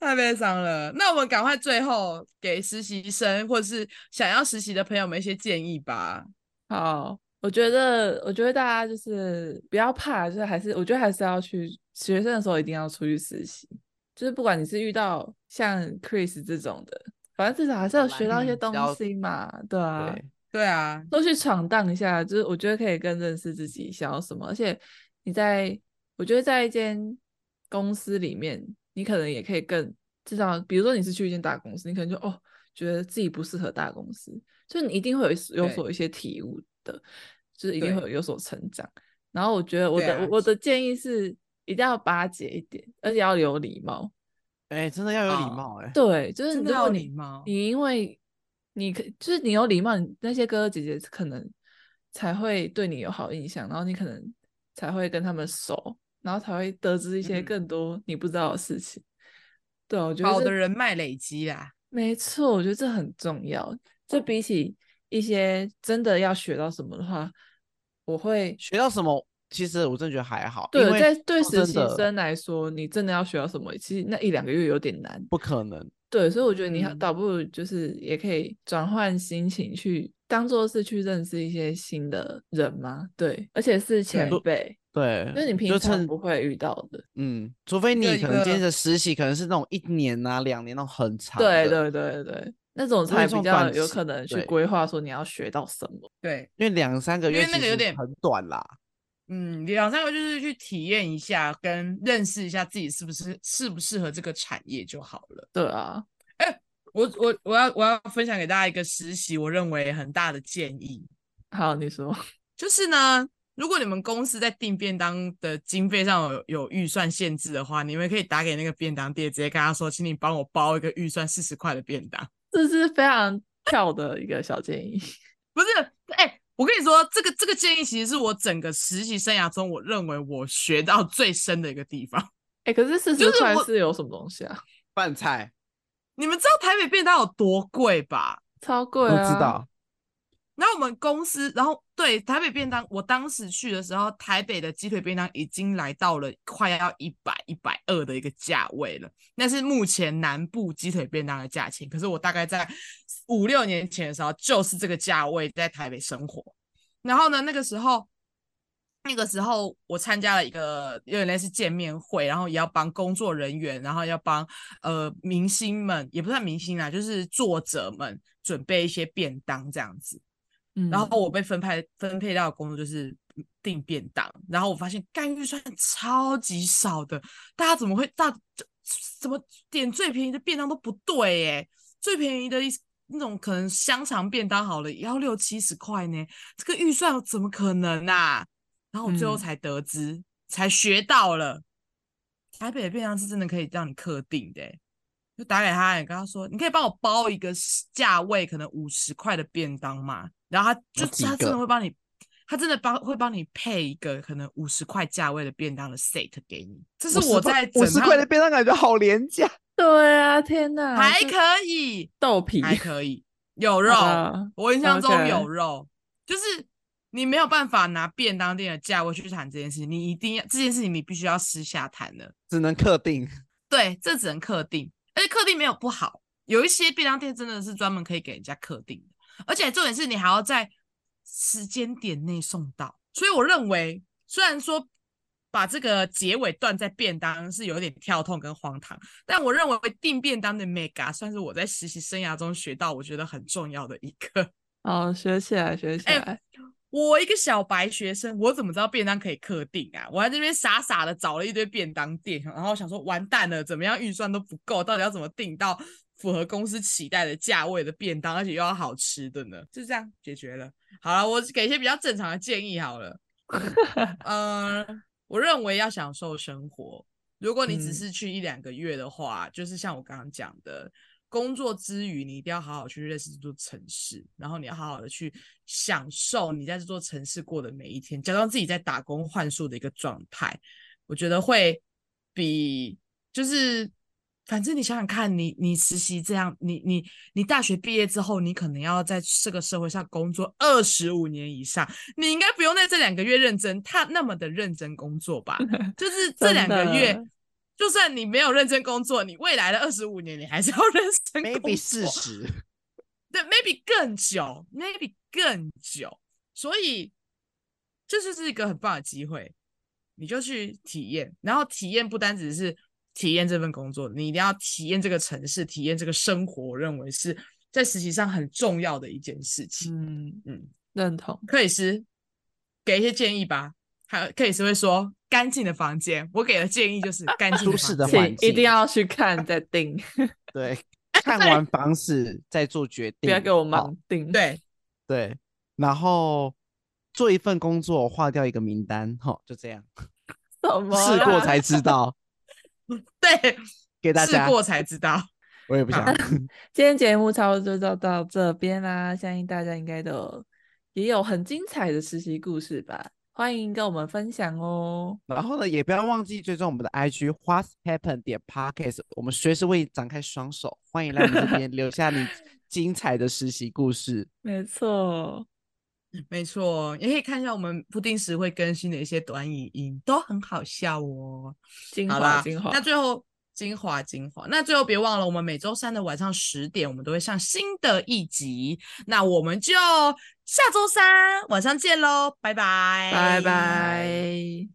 Speaker 3: 太悲伤了。那我们赶快最后给实习生或者是想要实习的朋友们一些建议吧。
Speaker 1: 好，我觉得，我觉得大家就是不要怕，就是还是我觉得还是要去学生的时候一定要出去实习，就是不管你是遇到像 Chris 这种的，反正至少还是要学到一些
Speaker 2: 嗯比
Speaker 1: 东
Speaker 2: 较
Speaker 1: 西嘛，对啊，
Speaker 2: 对，
Speaker 3: 对啊，
Speaker 1: 都去闯荡一下，就是我觉得可以更认识自己想要什么，而且你在，我觉得在一间公司里面，你可能也可以更知道，比如说你是去一间大公司，你可能就哦觉得自己不适合大公司，就你一定会有一有
Speaker 3: 对
Speaker 1: 所一些体悟的，就是一定
Speaker 3: 对
Speaker 1: 会有有所成长。然后我觉得我
Speaker 3: 对
Speaker 1: 的、
Speaker 3: 啊
Speaker 1: 我的建议是一定要巴结一点，而且要有礼貌。
Speaker 2: 哎、真的要有礼
Speaker 3: 哦
Speaker 2: 貌哎、
Speaker 1: 对，就是
Speaker 3: 真
Speaker 1: 如
Speaker 3: 的哦要
Speaker 1: 果
Speaker 3: 有
Speaker 1: 你
Speaker 3: 礼貌。
Speaker 1: 你因为你可就是你有礼貌，你那些哥哥姐姐可能才会对你有好印象，然后你可能才会跟他们熟，然后才会得知一些
Speaker 3: 嗯
Speaker 1: 更多你不知道的事情。对，啊我觉得
Speaker 3: 好
Speaker 1: 这
Speaker 3: 的人脉累积啦，
Speaker 1: 没错，我觉得这很重要。这比起一些真的要学到什么的话，我会
Speaker 2: 学到什么？其实我真的觉得还好，
Speaker 1: 对
Speaker 2: 因
Speaker 1: 我
Speaker 2: 为
Speaker 1: 在对
Speaker 2: 说
Speaker 1: 实
Speaker 2: 真
Speaker 1: 习
Speaker 2: 的
Speaker 1: 生来说，你真的要学到什么，其实那一两个月有点难。
Speaker 2: 不可能。
Speaker 1: 对，所以我觉得你还
Speaker 3: 嗯
Speaker 1: 倒不如就是也可以转换心情去，当做是去认识一些新的人嘛。对，而且是前
Speaker 2: 都
Speaker 1: 辈，
Speaker 2: 对，
Speaker 1: 因为你平
Speaker 2: 就
Speaker 1: 常
Speaker 2: 趁
Speaker 1: 不会遇到的。
Speaker 2: 嗯，除非你
Speaker 3: 个一
Speaker 2: 可能今天
Speaker 3: 个
Speaker 2: 的实习可能是那种一年啊、两年那种很长
Speaker 1: 对
Speaker 2: 的，
Speaker 1: 对对对，那种
Speaker 2: 如果
Speaker 1: 才
Speaker 2: 你这
Speaker 1: 比
Speaker 2: 种
Speaker 1: 较
Speaker 2: 短
Speaker 1: 有
Speaker 2: 期
Speaker 1: 可能去
Speaker 2: 对
Speaker 1: 规划说你要学到什么。
Speaker 3: 对，
Speaker 2: 因为两三个
Speaker 3: 因
Speaker 2: 月
Speaker 3: 为那
Speaker 2: 其
Speaker 3: 个有
Speaker 2: 实
Speaker 3: 点
Speaker 2: 很短啦。
Speaker 3: 嗯，两三个就是去体验一下，跟认识一下自己是不是适不适合这个产业就好了。
Speaker 1: 对啊，
Speaker 3: 我我我要我要分享给大家一个实习，我认为很大的建议，
Speaker 1: 好，你说，
Speaker 3: 就是呢，如果你们公司在订便当的经费上有有预算限制的话，你们可以打给那个便当店，直接跟他说，请你帮我包一个预算四十块的便当。
Speaker 1: 这是非常跳的一个小建议。
Speaker 3: 不是，哎、我跟你说，这个这个建议其实是我整个实习生涯中，我认为我学到最深的一个地方。
Speaker 1: 哎、可是四
Speaker 3: 就
Speaker 1: 十
Speaker 3: 是
Speaker 1: 块
Speaker 3: 我
Speaker 1: 是有什么东西啊？
Speaker 2: 饭菜
Speaker 3: 你们知道台北便当有多贵吧？
Speaker 1: 超
Speaker 2: 不
Speaker 1: 贵
Speaker 2: 知
Speaker 1: 啊！
Speaker 2: 道，
Speaker 3: 然后我们公司，然后对台北便当，我当时去的时候，台北的鸡腿便当已经来到了快要一百、一百二的一个价位了，那是目前南部鸡腿便当的价钱。可是我大概在五六年前的时候，就是这个价位在台北生活。然后呢，那个时候，那个时候我参加了一个有点类似见面会，然后也要帮工作人员，然后要帮呃明星们，也不算明星啦，就是作者们准备一些便当这样子。
Speaker 1: 嗯，
Speaker 3: 然后我被分派分配到的工作就是订便当，然后我发现干预算超级少的，大家怎么会大这怎么点最便宜的便当都不对耶？最便宜的一那种可能香肠便当好了也要六七十块呢，这个预算怎么可能啊？然后我最后
Speaker 1: 嗯
Speaker 3: 才得知，才学到了，台北的便当是真的可以让你客定的耶，就打给他，你跟他说，你可以帮我包一个是价位可能五十块的便当嘛，然后他就
Speaker 2: 有哦几
Speaker 3: 他真的
Speaker 2: 个
Speaker 3: 会帮你。他真的帮会帮你配一个可能五十块价位的便当的 set 给你，这是我在整
Speaker 2: 五十
Speaker 3: 趟
Speaker 2: 块的便当感觉好廉价，
Speaker 1: 对啊，天哪，
Speaker 3: 还
Speaker 1: 这
Speaker 3: 可以，
Speaker 1: 豆皮
Speaker 3: 还可以，有肉，
Speaker 2: 哦
Speaker 1: 啊
Speaker 3: 我印象中
Speaker 1: OK
Speaker 3: 有肉，就是你没有办法拿便当店的价位去谈这件事情，你一定要这件事情你必须要私下谈的，
Speaker 2: 只能客 定。
Speaker 3: 对，这只能客定，而且客定没有不好，有一些便当店真的是专门可以给人家客定的，而且重点是你还要在时间点内送到，所以我认为虽然说。把这个结尾断在便当是有点跳痛跟荒唐，但我认为订便当的 mega 算是我在实习生涯中学到我觉得很重要的一个。
Speaker 1: 哦，学起来，学起
Speaker 3: 哎
Speaker 1: 来，
Speaker 3: 我一个小白学生，我怎么知道便当可以客定啊？我还在这边傻傻的找了一堆便当店，然后想说完蛋了，怎么样预算都不够，到底要怎么订到符合公司期待的价位的便当，而且又要好吃的呢？就这样解决了。好了，我给一些比较正常的建议好了。嗯、我认为要享受生活。如果你只
Speaker 1: 嗯
Speaker 3: 是去一两个月的话，就是像我刚刚讲的，工作之余你一定要好好去认识这座城市，然后你要好好的去享受你在这座城市过的每一天，假装自己在打工换宿的一个状态，我觉得会比就是。反正你想想看，你你实习这样，你你你大学毕业之后，你可能要在这个社会上工作二十五年以上，你应该不用在这两个月认真，他那么的认真工 作吧？就是这
Speaker 1: 真
Speaker 3: 两个月
Speaker 1: 的，
Speaker 3: 就算你没有认真工作，你未来的二十五年，你还是要 认真工作。
Speaker 2: maybe 四 十，
Speaker 3: 对，maybe 更久，maybe 更久，所以这就是一个很棒的机会，你就去体验，然后体验不单只是体验这份工作，你一定要体验这个城市，体验这个生活，我认为是在实习上很重要的一件事情。
Speaker 1: 嗯
Speaker 3: 嗯，
Speaker 1: 认同，
Speaker 3: 克里斯给一些建议吧，还有克里斯会说干净的房间，我给的建议就是干净
Speaker 2: 舒适的
Speaker 3: 房间
Speaker 2: 环
Speaker 1: 请
Speaker 2: 境
Speaker 1: 一定要去看再 定，
Speaker 2: 对，
Speaker 3: 哎
Speaker 2: 看完房子再做决定，
Speaker 1: 不要给我
Speaker 2: 好
Speaker 1: 盲定。，
Speaker 3: 对，
Speaker 2: 对，然后做一份工作，划掉一个名单，哈，就这样，
Speaker 1: 什么啊
Speaker 2: 试过
Speaker 1: 啦
Speaker 2: 才知道，
Speaker 3: 对，
Speaker 2: 给大
Speaker 3: 试
Speaker 2: 家，
Speaker 3: 过啊才知道。
Speaker 2: 我也不想
Speaker 1: 今天节目差不多就到这边啦，相信大家应该都有也有很精彩的实习故事吧，欢迎跟我们分享哦。
Speaker 2: 然后呢，也不要忘记追踪我们的 IG What's Happen 点 Podcast，我们随时为你展开双手，欢迎来我们这边 留下你精彩的实习故事。
Speaker 1: 没错，
Speaker 3: 没错，也可以看一下我们不定时会更新的一些短影音，都很好笑哦。
Speaker 1: 精华
Speaker 3: 好啦，
Speaker 1: 精华
Speaker 3: 那，最后精华精华，那最后别忘了，我们每周三的晚上十点，我们都会上新的一集。那我们就下周三晚上见喽，拜拜，
Speaker 1: 拜拜。